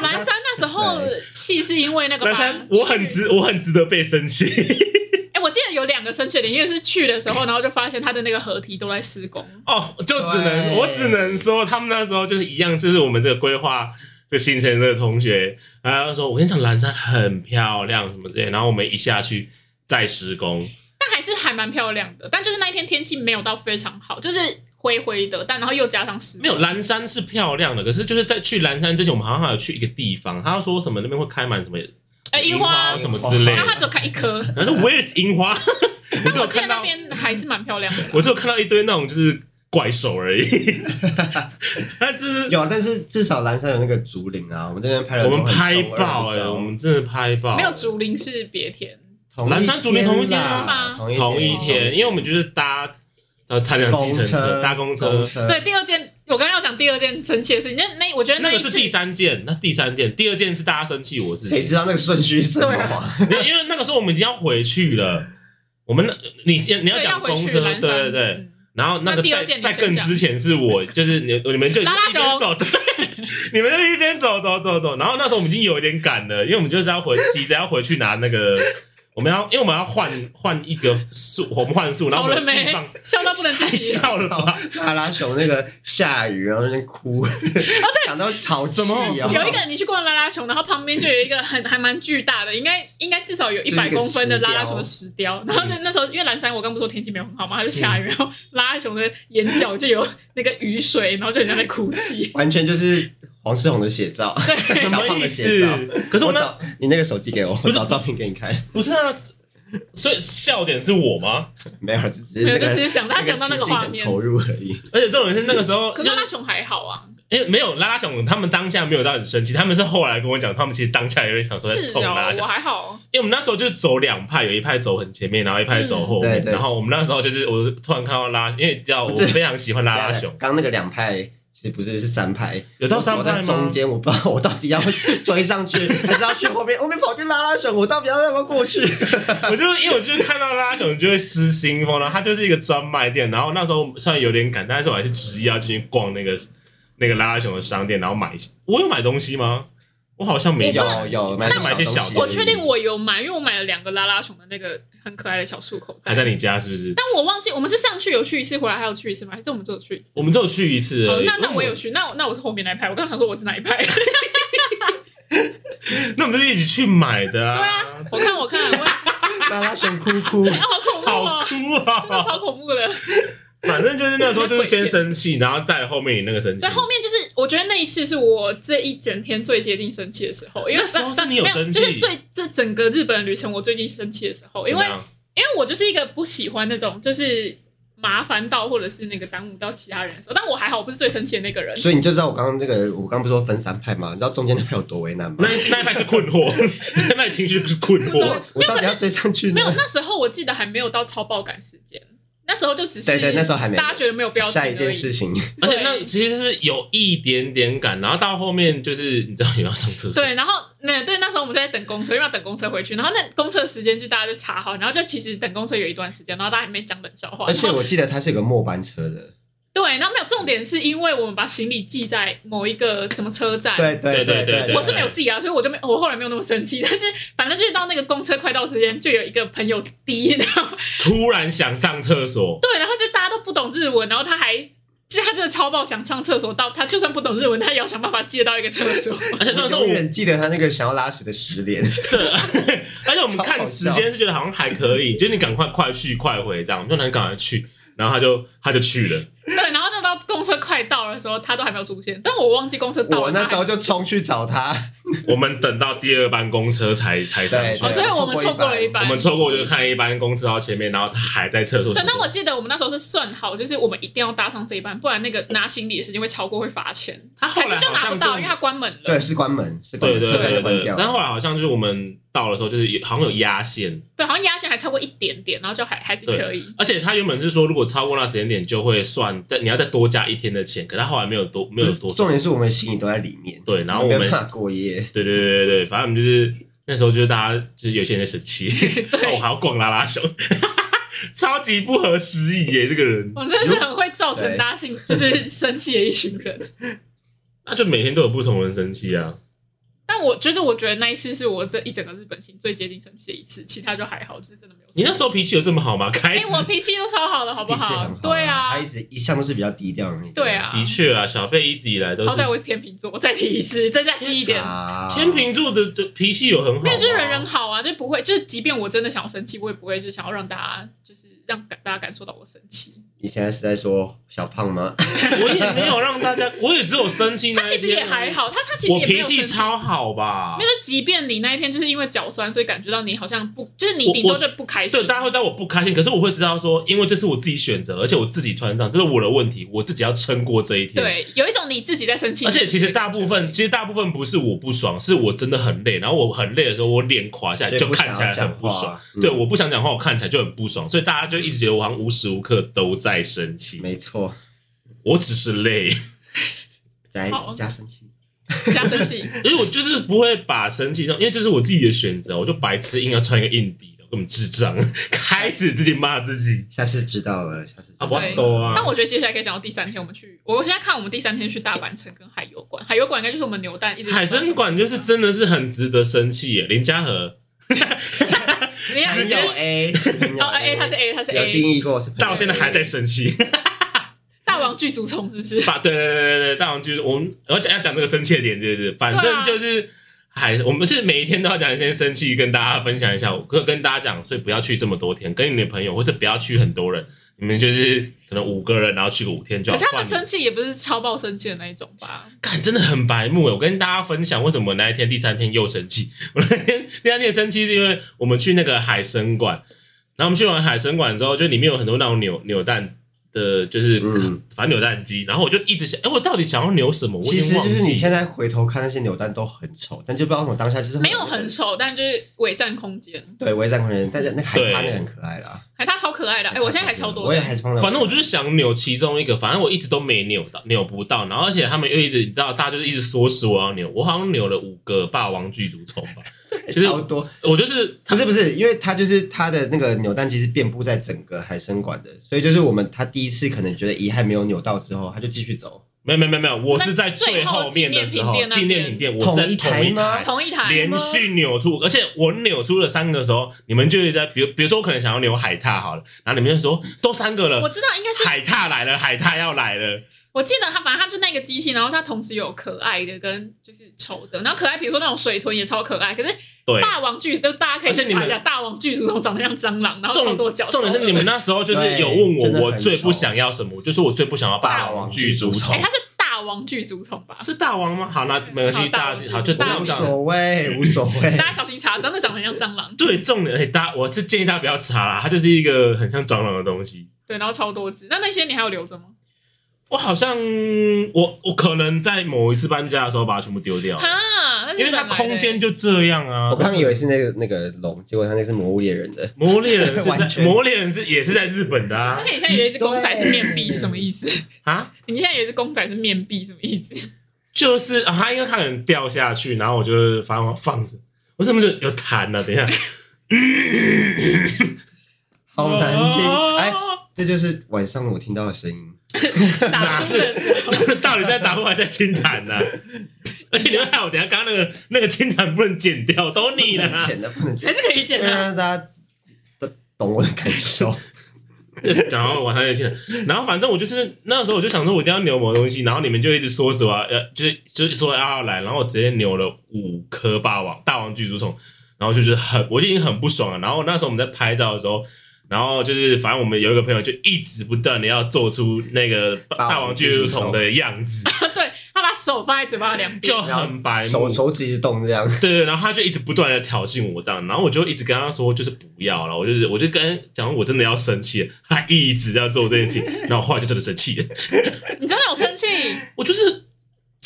S3: 蓝山那时候
S2: 对
S3: 气是因为那个吧
S1: 蓝山我很
S3: 去
S1: 值，我很值得被生气
S3: 哎、我记得有两个生气的点，一个是去的时候，然后就发现他的那个合体都在施工，
S1: 哦，就只能
S2: 对
S1: 我只能说，他们那时候就是一样，就是我们这个规划这个行程的同学，然后说我跟你讲蓝山很漂亮什么之类的，然后我们一下去再施工，
S3: 但还是还蛮漂亮的。但就是那一天天气没有到非常好，就是灰灰的，但然后又加上湿，
S1: 没有，蓝山是漂亮的，可是就是在去蓝山之前，我们好像还有去一个地方，他说什么那边会开满什么
S3: 哎、樱花
S1: 花，什么之类
S3: 然后
S1: 的，
S3: 它只有开一
S1: [laughs]
S3: 颗。
S1: 然后说 Where is 樱花？我
S3: 但
S1: 只有
S3: 我记得
S1: 看
S3: 那
S1: 到，
S3: 边还是蛮漂亮的啦，
S1: 我只有看到一堆那种就是怪兽而
S2: [laughs]
S1: 已， [laughs] 他就是
S2: 有啊，但是至少蓝山有那个竹林啊，我们这边拍了
S1: 我
S2: 很多
S1: 们
S2: 很中二
S1: 拍
S2: 的照，
S1: 爆哎、我们真的拍爆，
S3: 没有竹林是别天，
S2: 同一
S1: 蓝山竹林同一
S2: 天
S1: 天
S2: 啦
S3: 是吗
S2: 同一
S1: 同一天，因为我们就是搭呃参量计
S2: 公
S1: 程车
S2: 车、
S1: 搭公
S2: 车
S1: 车，，
S3: 对，第二件我刚刚要讲第二件生气的事情，那那我觉得
S1: 那
S3: 一
S1: 个是
S3: 次
S1: 第三件，那是第三件，第二件是大家生气我是
S2: 谁知道那个顺序是什么
S3: 对
S2: 啊？
S1: 没有因为那个时候我们已经要回去了，我们那你先你要
S3: 对
S1: 讲
S3: 回
S1: 公
S3: 去
S1: 车，
S3: 蓝
S1: 对
S3: 山
S1: 对对。
S3: 嗯
S1: 然后那
S3: 那
S1: 个
S3: 第二
S1: 在
S3: 件你
S1: 在
S3: 先
S1: 更
S3: 讲
S1: 之前是
S3: [laughs]
S1: 我，就是你你们就
S3: 拉拉
S1: 一边
S3: 熊
S1: 走，对， [laughs] 你们就一边走走走走。然后那时候我们已经有一点赶了，因为我们就是要回急着要回去拿那个， [laughs] 我们要因为我们要换换一个数，我们换数，然后
S3: 好
S1: 我
S3: 了
S1: 们寄
S3: 没
S1: 放，？ [laughs]
S3: 笑到不能自
S1: 太
S3: 己了，
S1: 笑了吧？
S2: 拉拉熊那个下雨，然后在那边哭，想到吵气
S1: 哦什
S2: 啊
S1: 么，
S3: 有一个你去逛拉拉熊，然后旁边就有一个很还蛮巨大的，应该应该至少有
S2: 是一
S3: 一
S2: 个
S3: 百公分的拉拉
S2: 石雕。
S3: 熊的石雕。然后就那时候，因为蓝山我刚不是说天气没有很好嘛，它就下雨，然后拉拉熊的眼角就有那个雨水，然后就人家在哭泣
S2: 完全就是黄世宏的写照，
S3: 对，
S1: 什
S2: 小
S1: 么
S2: 胖
S1: 意
S2: 的
S1: 思
S2: 写照。？
S1: 可是我
S2: 我
S1: 那
S2: 找你那个手机给我，我
S1: 是
S2: 找照片给你看。
S1: 不是啊，所以笑点是我吗？
S2: 没有，只 [laughs] 是
S3: 没有，
S2: 那
S3: 就
S2: 个
S3: 只是想他讲到那个
S2: 情境
S3: 画
S2: 很
S3: 面。
S2: 投入而已。
S1: 而且这种人是那个时候
S3: 可
S1: 就是是
S3: 拉拉熊还好啊，
S1: 哎、没有拉拉熊，他们当下没有到很生气，他们是后来跟我讲，他们其实当下有点想说在
S3: 是
S1: 冲
S3: 哦
S1: 拉拉，
S3: 我
S1: 熊，
S3: 还好。
S1: 因为我们那时候就是走两派，有一派走很前面，然后一派走后
S2: 嗯
S1: 面，
S2: 对对
S1: 然后我们那时候就是我突然看到拉，因为你知道我
S2: 不是
S1: 非常喜欢拉拉
S2: [laughs]
S1: 熊，
S2: 刚那个两派。其实不是是三派，
S1: 有到三派吗
S2: 我走在中间，我不知道我到底要追
S1: [laughs]
S2: 上去，还是要去后面，后面跑去拉拉熊，我到底要不要过去？
S1: 我就因为我就是看到拉拉熊就会失心疯，然后它就是一个专卖店，然后那时候虽然有点赶，但是我还是执意要进去逛那个那个拉拉熊的商店，然后买，我有买东西吗？我好像没有，
S2: 有有，买
S1: 买一些小
S2: 东西
S1: 对
S3: 我确定我有买，因为我买了两个拉拉熊的那个很可爱的小束口
S1: 还
S3: 袋。
S1: 在你家是不是？
S3: 但我忘记我们是上去有去一次，回来还有去一次吗？还是我们只有去一次？
S1: 我们只有去一次
S3: 哦
S1: 而已，，
S3: 那那我有去，那我那我是后面那一派。我刚想说我是哪一派？
S1: 那我们就是一起去买的
S3: 对啊，我看我看，我啊
S2: 拉拉熊哭哭，
S3: 好恐怖
S1: 好
S3: 哦，
S1: 哭
S3: 真的
S1: 啊！
S3: 超恐怖的。
S1: 反正就是那时候就是先生气，然后再来后面你那个生气
S3: 但。后面就是，我觉得那一次是我这一整天最接近生气的时候，因为
S1: 那时候是你有
S3: 没有
S1: 生气
S3: 就是最这整个日本旅程我最近生气的时候，因为
S1: 怎么样
S3: 因为我就是一个不喜欢那种就是麻烦到或者是那个耽误到其他人的时候，但我还好，我不是最生气的那个人。
S2: 所以你就知道我刚刚那个，我刚刚不是说分三派吗？你知道中间那派有多为难吗
S1: 那？那一派是困惑，那一派情绪是困
S3: 不知道
S1: 惑。
S2: 我我到底要追上去
S3: 没
S2: 呢
S3: 有，？那时候我记得还没有到超爆感时间，那时候就只是
S2: 对对，那时候还没。
S3: 大家觉得没有必要
S2: 下
S3: 停
S2: 一
S3: 而
S2: 件
S3: 已
S2: 事情，
S1: 而且那其实是有一点点赶，然后到后面就是你知道有要上厕所，
S3: 对，然后那对那时候我们就在等公车，因为要等公车回去。然后那公车时间就大家就查好，然后就其实等公车有一段时间，然后大家里面讲冷笑话。
S2: 而且
S3: 然后
S2: 我记得它是个末班车的，
S3: 对，然后没有重点是因为我们把行李寄在某一个什么车站。
S2: 对对
S1: 对对
S2: 对，
S3: 我是没有寄啊，所以我就没，我后来没有那么生气。但是反正就是到那个公车快到时间，就有一个朋友滴，然后
S1: 突然想上厕所，
S3: 对，然后就大家都不懂日文，然后他还，就是他真的超爆想上厕所，到他就算不懂日文，他也要想办法借到一个厕所。 [laughs]
S1: 而且那时候
S2: 永
S1: 我
S2: 远记得他那个想要拉屎的十连，
S1: 对，而且我们看时间是觉得好像还可以，就是你赶快快去快回这样，我们就能赶快去，然后他就他就去了，
S3: 对，然后就到公车快到的时候，他都还没有出现，但我忘记公车到了。
S2: 我那时候
S3: 他
S2: 就冲去找他，
S1: 我们等到第二班公车才才上去
S2: 对，
S3: 还哦，所以我们错
S2: 错
S3: 过
S2: 过
S3: 了
S2: 了
S3: 一
S2: 一
S3: 班。
S1: 我们错过我就看一班公车到前面，然后他还在厕所。
S3: 对，但我记得我们那时候是算好，就是我们一定要搭上这一班，不然那个拿行李的时间会超过，会罚钱。
S1: 他后
S3: 还
S1: 来
S3: 是就拿
S1: 好像
S3: 不到，因为他关门了。
S2: 对，是关门，是关
S1: 对
S2: 门，
S1: 对
S2: 车站
S1: 对
S2: 就
S1: 对
S2: 关
S1: 对，
S2: 掉。
S1: 但后来好像就是我们到的时候，就是有好像有压线，
S3: 对，好像压线还超过一点点，然后就还还是可以。
S1: 而且他原本是说如果超过那时间点就会算，但你要再多加一天的钱，可是他后来没有多没有多
S2: 重点是我们行李都在里面，
S1: 对然后我们
S2: 没办法过夜，
S1: 对对对对对，反正我们就是那时候就是大家就是有些人在生气， [laughs] 那哦我还要逛拉拉熊，超级不合时宜耶，这个人。
S3: 我真的是很会造成大家性，就是生气的一群人。
S1: 那就每天都有不同人生气啊。
S3: 但我就是我觉得那一次是我这一整个日本行最接近生气的一次，其他就还好，就是真的没有生气。
S1: 你那时候脾气有这么好吗？开
S3: 哎、
S1: 始、
S3: 我脾气都超好了，好不
S2: 脾气很好
S3: 对啊
S2: 他，一直一向都是比较低调的那种。
S3: 对啊，
S1: 的确啊，小贝一直以来都
S3: 好
S1: 是
S3: 歹我是天秤座，我再提一次，再加记一点。
S2: 啊，
S1: 天秤座的这脾气有很好、啊，
S3: 没有，就是
S1: [laughs]
S3: 人人好啊，就不会，就是即便我真的想要生气，我也不会就想要让大家，就是让感大家感受到我生气。
S2: 你现在是在说小胖吗？
S1: 我也没有让大家，我也只有生气那
S3: 他
S1: 一天啊。
S3: 其实也还好，他他其实
S1: 我
S3: 也没
S1: 脾
S3: 有
S1: 气
S3: 生气。
S1: 超好吧
S3: 因为？就即便你那一天就是因为脚酸，所以感觉到你好像不，就是你顶
S1: 我
S3: 多
S1: 我
S3: 就不开心
S1: 对，。大家会知道我不开心，可是我会知道说，因为这是我自己选择，而且我自己穿上，这是我的问题，我自己要撑过这一天。，
S3: 对，有一种你自己在生气。
S1: 而且其实大部分，
S3: 你
S1: 其
S3: 自己
S1: 实大部分不是我不爽，是我真的很累，然后我很累的时候，我脸垮下来就看起来很不爽。
S2: 所
S1: 对，
S2: 以不想要讲话。嗯
S1: 我不想讲话，我看起来就很不爽，所以大家就一直觉得我好像无时无刻都在生气。
S2: 没错，
S1: 我只是
S2: [laughs]
S1: 累，
S2: 来
S3: 好
S2: 加生气。
S1: [laughs]
S3: 会加生气。
S1: 因为我就是不会把生气上，因为这是我自己的选择，我就白痴硬要穿一个硬底的，我根本智障， [laughs] 开始自己骂自己，
S2: 下次知道了，下次知
S1: 啊，
S2: 道
S1: 不
S2: 了
S3: 对
S1: 懂啊
S3: 但。我觉得接下来可以讲到第三天，我们去，我现在看我们第三天去大阪城跟海游馆，海游馆应该就是我们牛蛋一直啊
S1: 海参馆就是真的是很值得生气耶，林嘉和
S3: 没有
S2: 只有 A，只有
S3: [laughs] 哦哎 A 他是 A 他是
S2: 有定
S3: A，
S2: 义过是朋友
S1: 到现在还在
S2: A
S1: 生气。
S3: 大王巨足虫是不
S1: [laughs]
S3: 是？
S1: 把对对对对对，大王就是我们我要讲要讲这个生气的点，对对，反
S3: 对
S1: 正
S3: 啊
S1: 就是。还我们就是每一天都要讲一些生气，跟大家分享一下。我跟跟大家讲，所以不要去这么多天，跟你的朋友或者不要去很多人，你们就是可能五个人，然后去个五天就
S3: 可
S1: 好。
S3: 是他们
S1: 不然
S3: 生气也不是超爆生气的那一种吧？
S1: 干真的很白目欸诶，我跟大家分享为什么我那一天第三天又生气。 [laughs] 我那天第三天生气是因为我们去那个海参馆，然后我们去完海参馆之后，就里面有很多那种扭扭蛋的，就是、
S2: 嗯
S1: 反正扭蛋机。然后我就一直想，哎，我到底想要扭什么？我已
S2: 其实
S1: 经忘
S2: 就是你
S1: 记
S2: 现
S1: 了。
S2: 在回头看那些扭蛋都很丑，但就不知道为什么当下就是
S3: 没有很丑，但就是伪占空间，
S2: 对，我也站空间，但是那海
S1: 对
S2: 滩那个很可爱啦。
S3: 哎，他超可爱的，哎，我现在还超多的，
S2: 我也还是放在。
S1: 反正我就是想扭其中一个，反正我一直都没扭到，扭不到。然后而且他们又一直，你知道，大家就是一直唆使我要扭，我好像扭了五个霸王巨足虫吧。就是
S2: 超多，
S1: 我就是
S2: 不是不是，因为它就是它的那个扭蛋其实遍布在整个海参馆的，所以就是我们他第一次可能觉得遗憾没有扭到之后，他就继续走，
S1: 没有没有没有没有，我是在最
S3: 最后
S1: 后面的时
S3: 纪
S1: 候
S3: 念品店，那
S1: 纪念品
S3: 边
S1: 店，我是在
S2: 同一台
S1: 同一
S2: 吗
S1: 台。
S3: 同一台
S1: 连续扭出，而且我扭出了三个的时候，你们就在，比如比如说我可能想要扭海獭好了，然后你们就说都三个
S3: 我
S1: 了，
S3: 知道应该是，
S1: 海獭来了，海獭要来了，
S3: 我记得他反正他就那个机器，然后他同时有可爱的跟就是丑的，然后可爱比如说那种水豚也超可爱，可是
S1: 对。
S3: 大王巨都大家可以去
S1: 而且你
S3: 查
S1: 们
S3: 一下，大王巨足虫长得像蟑螂，然后超
S1: 重
S3: 多脚，
S1: 重点是你们那时候就是有问
S2: 对真的
S1: 我，
S2: 很
S1: 我最不想要什么，我就说我最不想要霸王巨足
S2: 霸
S1: 虫
S3: 哎、它，是大王巨足虫吧？
S1: 是大王吗？好，那没关
S3: 好
S1: 系，
S3: 大
S1: 大
S3: 王
S1: 家好就
S3: 大
S1: 大
S3: 王
S2: 无
S1: 王
S2: 所谓，无所谓
S3: 大。家小心查，真的长得很像蟑螂。
S1: 对，重点哎，大家我是建议大家不要查啦，它就是一个很像蟑螂的东西。
S3: 对，然后超多只。那那些你还有留着吗？
S1: 我好像我我可能在某一次搬家的时候把它全部丢掉了，
S3: 哈，那是
S1: 因为它
S3: 本来的
S1: 空间就这样啊 [laughs]
S2: 我。刚以为是那个那个龙，结果他那是魔物猎人
S3: [laughs]
S2: 的，
S1: 魔猎人是
S2: [laughs] 完
S1: 在
S2: 全
S1: 魔猎人是也是在日本的啊
S3: 而且你现在有一只公仔是面壁，
S2: 对
S3: 是什么意思？
S1: 啊，
S3: 你现在有一只公仔是面壁，什么意思？
S1: 就是啊，它因为它可能掉下去，然后我就反正我放着，我怎么就有痰呢、啊？等一下，
S2: 好难听。哎，
S1: 哦
S2: 这就是晚上我听到的声音。
S3: 打字的时候，
S1: [laughs] 到底在打呼还是在清痰
S2: [laughs]
S1: 呢、而且你会害我等一下刚刚那个那个清痰不能剪掉，都你了、啊。
S2: [laughs] 浅的不能
S3: 还
S2: 剪，
S3: 是可以剪
S2: 因
S3: 啊
S2: 为
S3: 的。
S2: 让大家都懂我的感受。
S1: [laughs] 讲到晚上的清痰，然后反正我就是那时候我就想说我一定要扭某个东西，然后你们就一直说什么呃，就是就是说要来，然后我直接扭了五颗霸王大王巨足虫，然后就是很我就已经很不爽了。然后那时候我们在拍照的时候，然后就是，反正我们有一个朋友就一直不断的要做出那个
S2: 王
S1: 大王巨乳桶的样子，
S2: 嗯
S3: [laughs] 对他把手放在嘴巴的两边，
S1: 就很白目
S2: 手。手指一直动这样，
S1: 对对，然后他就一直不断的挑衅我这样，然后我就一直跟他说就是不要了，我就是我就跟他讲我真的要生气了，他一直要做这件事情，然后我后来就真的生气了，
S3: 你真的有生气？
S1: 我就是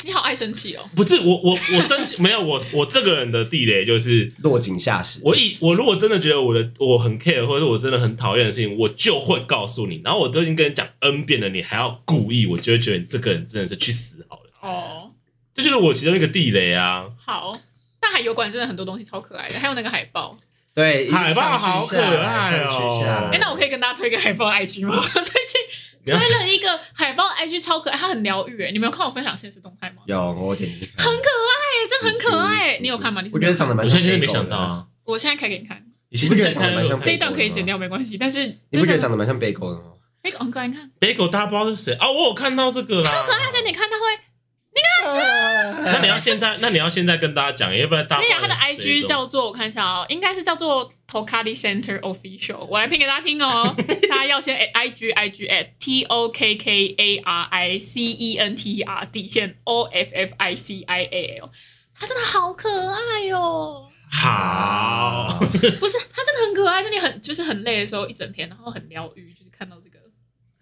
S3: 你好爱生气哦！
S1: 不是我我我生 [laughs] 气没有我我这个人的地雷就是
S2: 落井下石。
S1: 我一我如果真的觉得我的我很 care，或者是我真的很讨厌的事情，我就会告诉你。然后我都已经跟你讲 N 遍了，你还要故意，我就会觉得你这个人真的是去死好了。
S3: 哦，
S1: 这就是我其中一个地雷啊！
S3: 好。但海油馆真的很多东西超可爱的，还有那个海报。
S2: 对，
S1: 海报
S2: 上去
S1: 好可
S2: 下来
S1: 爱哦
S2: 上去下来
S3: 哎、那我可以跟大家推个海报 IG 吗？ [laughs] 最近追了一个海报 IG 超可爱，它很疗愈。哎，你们有看我分享现实动态吗？
S2: 有我点进去看
S3: 很，可爱，这很可爱。欸你有看吗？你
S2: 嗯
S3: 是
S2: 我觉得长得蛮
S1: 我
S2: 像
S1: 现在就是没
S2: Lego 的
S1: 想到，啊，
S3: 我现在开给你看，
S1: 你现
S2: 你不觉
S1: 在
S2: 得长得蛮像
S3: 这
S1: 看
S3: 一段可以剪掉没关系，但是
S2: 你
S3: 真
S2: 不觉
S3: 的
S2: 得长得蛮像贝狗的吗？
S3: 那个很可爱，你看，
S1: Bagel，大家不知道是谁啊？我有看到这个啊啦。
S3: 大家你看他会
S1: 那你要现在，那你要现在跟大家讲，要不然大家
S3: 可以啊，他的
S1: 不知道
S3: IG 叫做我看一下哦，应该是叫做 Tokadi Center Official，我来拼给大家听 [laughs] 哦。大家要先 IG IG at T O K K A R I C E N T E R 底线 O F F I C I A L，他真的好可爱哦。
S1: [laughs] [laughs] 好，
S3: 不是，他真的很可爱，真的很就是很累的时候一整天，然后很疗愈，就是看到这个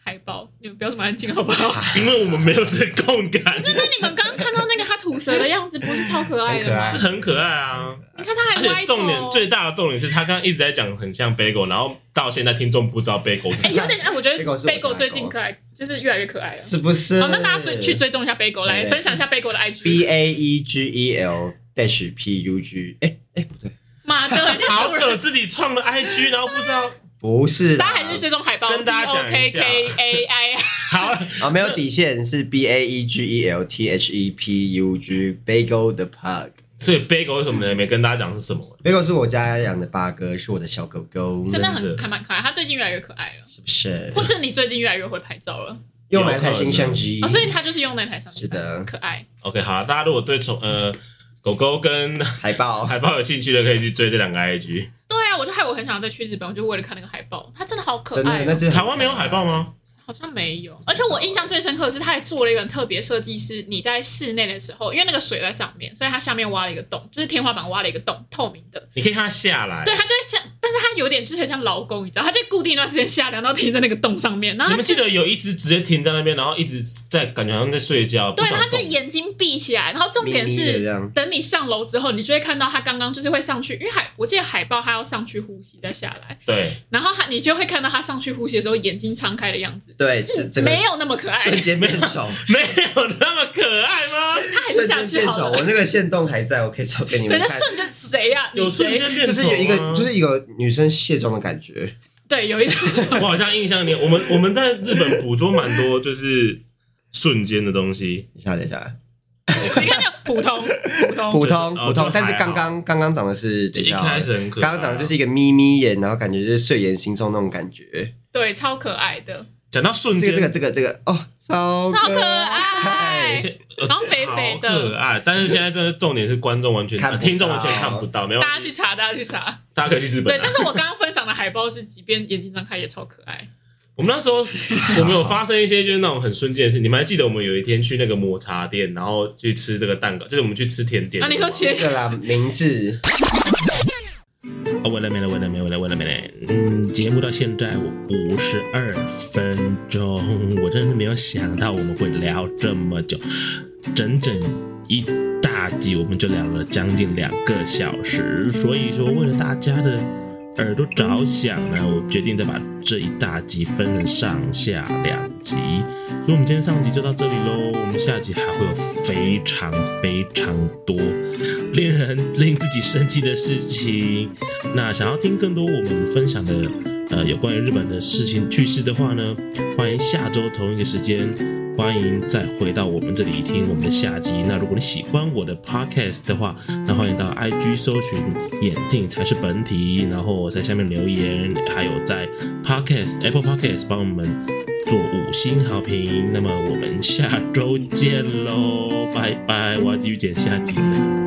S3: 海报，你们不要这么安静好不好？
S1: 因为我们没有这个共感，
S3: [laughs] 那你们刚刚看到那个他吐舌的样子，不是超可爱
S2: 很
S3: 的
S2: 可
S1: 是
S3: 吗
S2: 爱？
S1: 很可爱啊。
S3: 你看他
S1: 而
S3: 还歪
S1: 且重点
S3: 头哦
S1: 最大的重点是他刚刚一直在讲很像 Bagel，然后到现在听众不知道 Bagel 是
S3: 哎、
S1: 谁。
S3: 有点哎，我觉得
S2: Bagel 是我的
S3: Bagel 最近可爱，就是越来越可爱
S2: [laughs]
S3: 了。
S2: 是不是？
S3: 好，那大家追去追踪一下 Bagel，来
S2: 对
S3: 分享一下 Bagel 的
S2: B
S3: IG。
S2: A E G E L dash P U G，哎哎不对，
S3: 妈的，
S1: 好
S2: 啊
S1: 扯，自己创了 IG，然后不知道。
S2: 不是啦，
S3: 大家还是追踪海报
S1: 跟大家讲一
S3: K
S1: 下
S3: K A I，
S1: 好，
S2: 啊没有底线是 B A E G E L T H E P U G Bagel the Pug。
S1: 所以 Bagel 为什么没跟大家讲是什么？
S2: Bagel 是我家养的八哥，是我的小狗狗，
S3: 真的
S1: 真
S3: 很
S1: 的
S3: 还蛮可爱。他最近越来越可爱了，
S2: 是不是
S3: 或？者你最近越来越会拍照了
S2: 用来看新相机
S3: 啊，，所以他就是用那台相机
S2: 是的
S3: 可爱。
S1: OK，好了，大家如果对宠呃狗狗跟
S2: 海报
S1: 海豹有兴趣的，可以去追这两个 IG。
S3: 对啊，我就害我很想再去日本，我就为了看那个海报，他真的好可
S2: 真的
S3: 爱
S2: 那
S3: 哦。
S2: 是
S1: 台湾没有海报吗？
S3: 好像没有，而且我印象最深刻的是，他还做了一个很特别设计，是你在室内的时候，因为那个水在上面，所以它下面挖了一个洞，就是天花板挖了一个洞，透明的，
S1: 你可以看它下来。
S3: 对，他就会这样，但是他有点就是很像劳工，你知道，他就固定一段时间下梁，然后停在那个洞上面，然
S1: 你
S3: 后他
S1: 们
S3: 就
S1: 记得有一只直接停在那边，然后一直在感觉好像在睡觉。
S3: 对，
S1: 不想
S3: 他
S1: 动
S3: 是眼睛闭起来，然后重点
S2: 眯眯的这
S3: 是。
S2: 样，
S3: 等你上楼之后，你就会看到他刚刚就是会上去，因为海我记得海报他要上去呼吸再下来，
S1: 对，
S3: 然后他你就会看到他上去呼吸的时候眼睛张开的样子，
S2: 对，这整个
S3: 嗯没有那么可爱，
S2: 瞬间变丑，
S1: 没有那么可爱吗？
S3: 他 [laughs] 还是
S2: 瞬
S3: 下
S2: 间
S3: 去
S2: 变
S3: 好
S2: 丑。
S3: 了。
S2: 我那个线洞还在，我可以找给你
S3: 对，
S2: 们
S3: 那
S2: 看。
S3: 瞬间谁呀？你
S1: 有瞬
S3: 谁？
S1: 间变
S2: 就是有
S1: 丑
S2: 一个，
S1: 吗
S2: 就是一个女生卸妆的感觉。
S3: 对，有一
S2: [laughs]
S3: 种
S1: [laughs] 我好像印象里，我们我们在日本捕捉蛮多就是瞬间的东西。
S2: 等一下，等一下，
S3: 你看那普通普通，
S2: 普通
S1: 哦就还好
S2: 普通，但是刚刚刚刚长的是，
S1: 就
S2: 等一
S1: 一
S2: 下，
S1: 开始很可爱、啊
S2: 刚刚长的就是一个眯眯眼，然后感觉就是睡眼惺忪那种感觉。
S3: 对，超可爱的，
S1: 讲到瞬
S2: 这
S1: 间，
S2: 个这个这个这个，哦，超
S3: 超可
S2: 爱
S3: 爱。
S1: 呃
S3: 然后肥肥的
S1: 好可爱。但是现在真的重点是观众完全啊
S2: 看不到
S1: 听众完全看不到，没有
S3: 大家去查，大家去查。
S1: 大家可以去日 [laughs] 本、，
S3: 对
S1: 啊
S3: 但。是我刚刚分享的海报是，即便眼睛张开也超可爱。
S1: 我们那时候我们有发生一些就是那种很瞬间的事。你们还记得我们有一天去那个抹茶店，然后去吃这个蛋糕，就是我们去吃甜点。
S3: 啊你说切
S2: 这个啦，明智。
S1: 啊，完了没了，完了没了，完了没了，完了没了。嗯，节目到现在我五十二分钟，我真的没有想到我们会聊这么久，整整一大集，我们就聊了将近两个小时。所以说，为了大家的耳朵着想呢，我决定再把这一大集分成上下两集。所以，我们今天上集就到这里喽。我们下集还会有非常非常多令人令自己生气的事情。那想要听更多我们分享的呃有关于日本的事情趣事的话呢，欢迎下周同一个时间，欢迎再回到我们这里听我们的下集。那如果你喜欢我的 podcast 的话，那欢迎到 IG 搜寻“眼镜才是本体”，然后在下面留言，还有在 podcast Apple podcast 帮我们做五星好评。那么我们下周见喽，拜拜！我要继续剪下集了。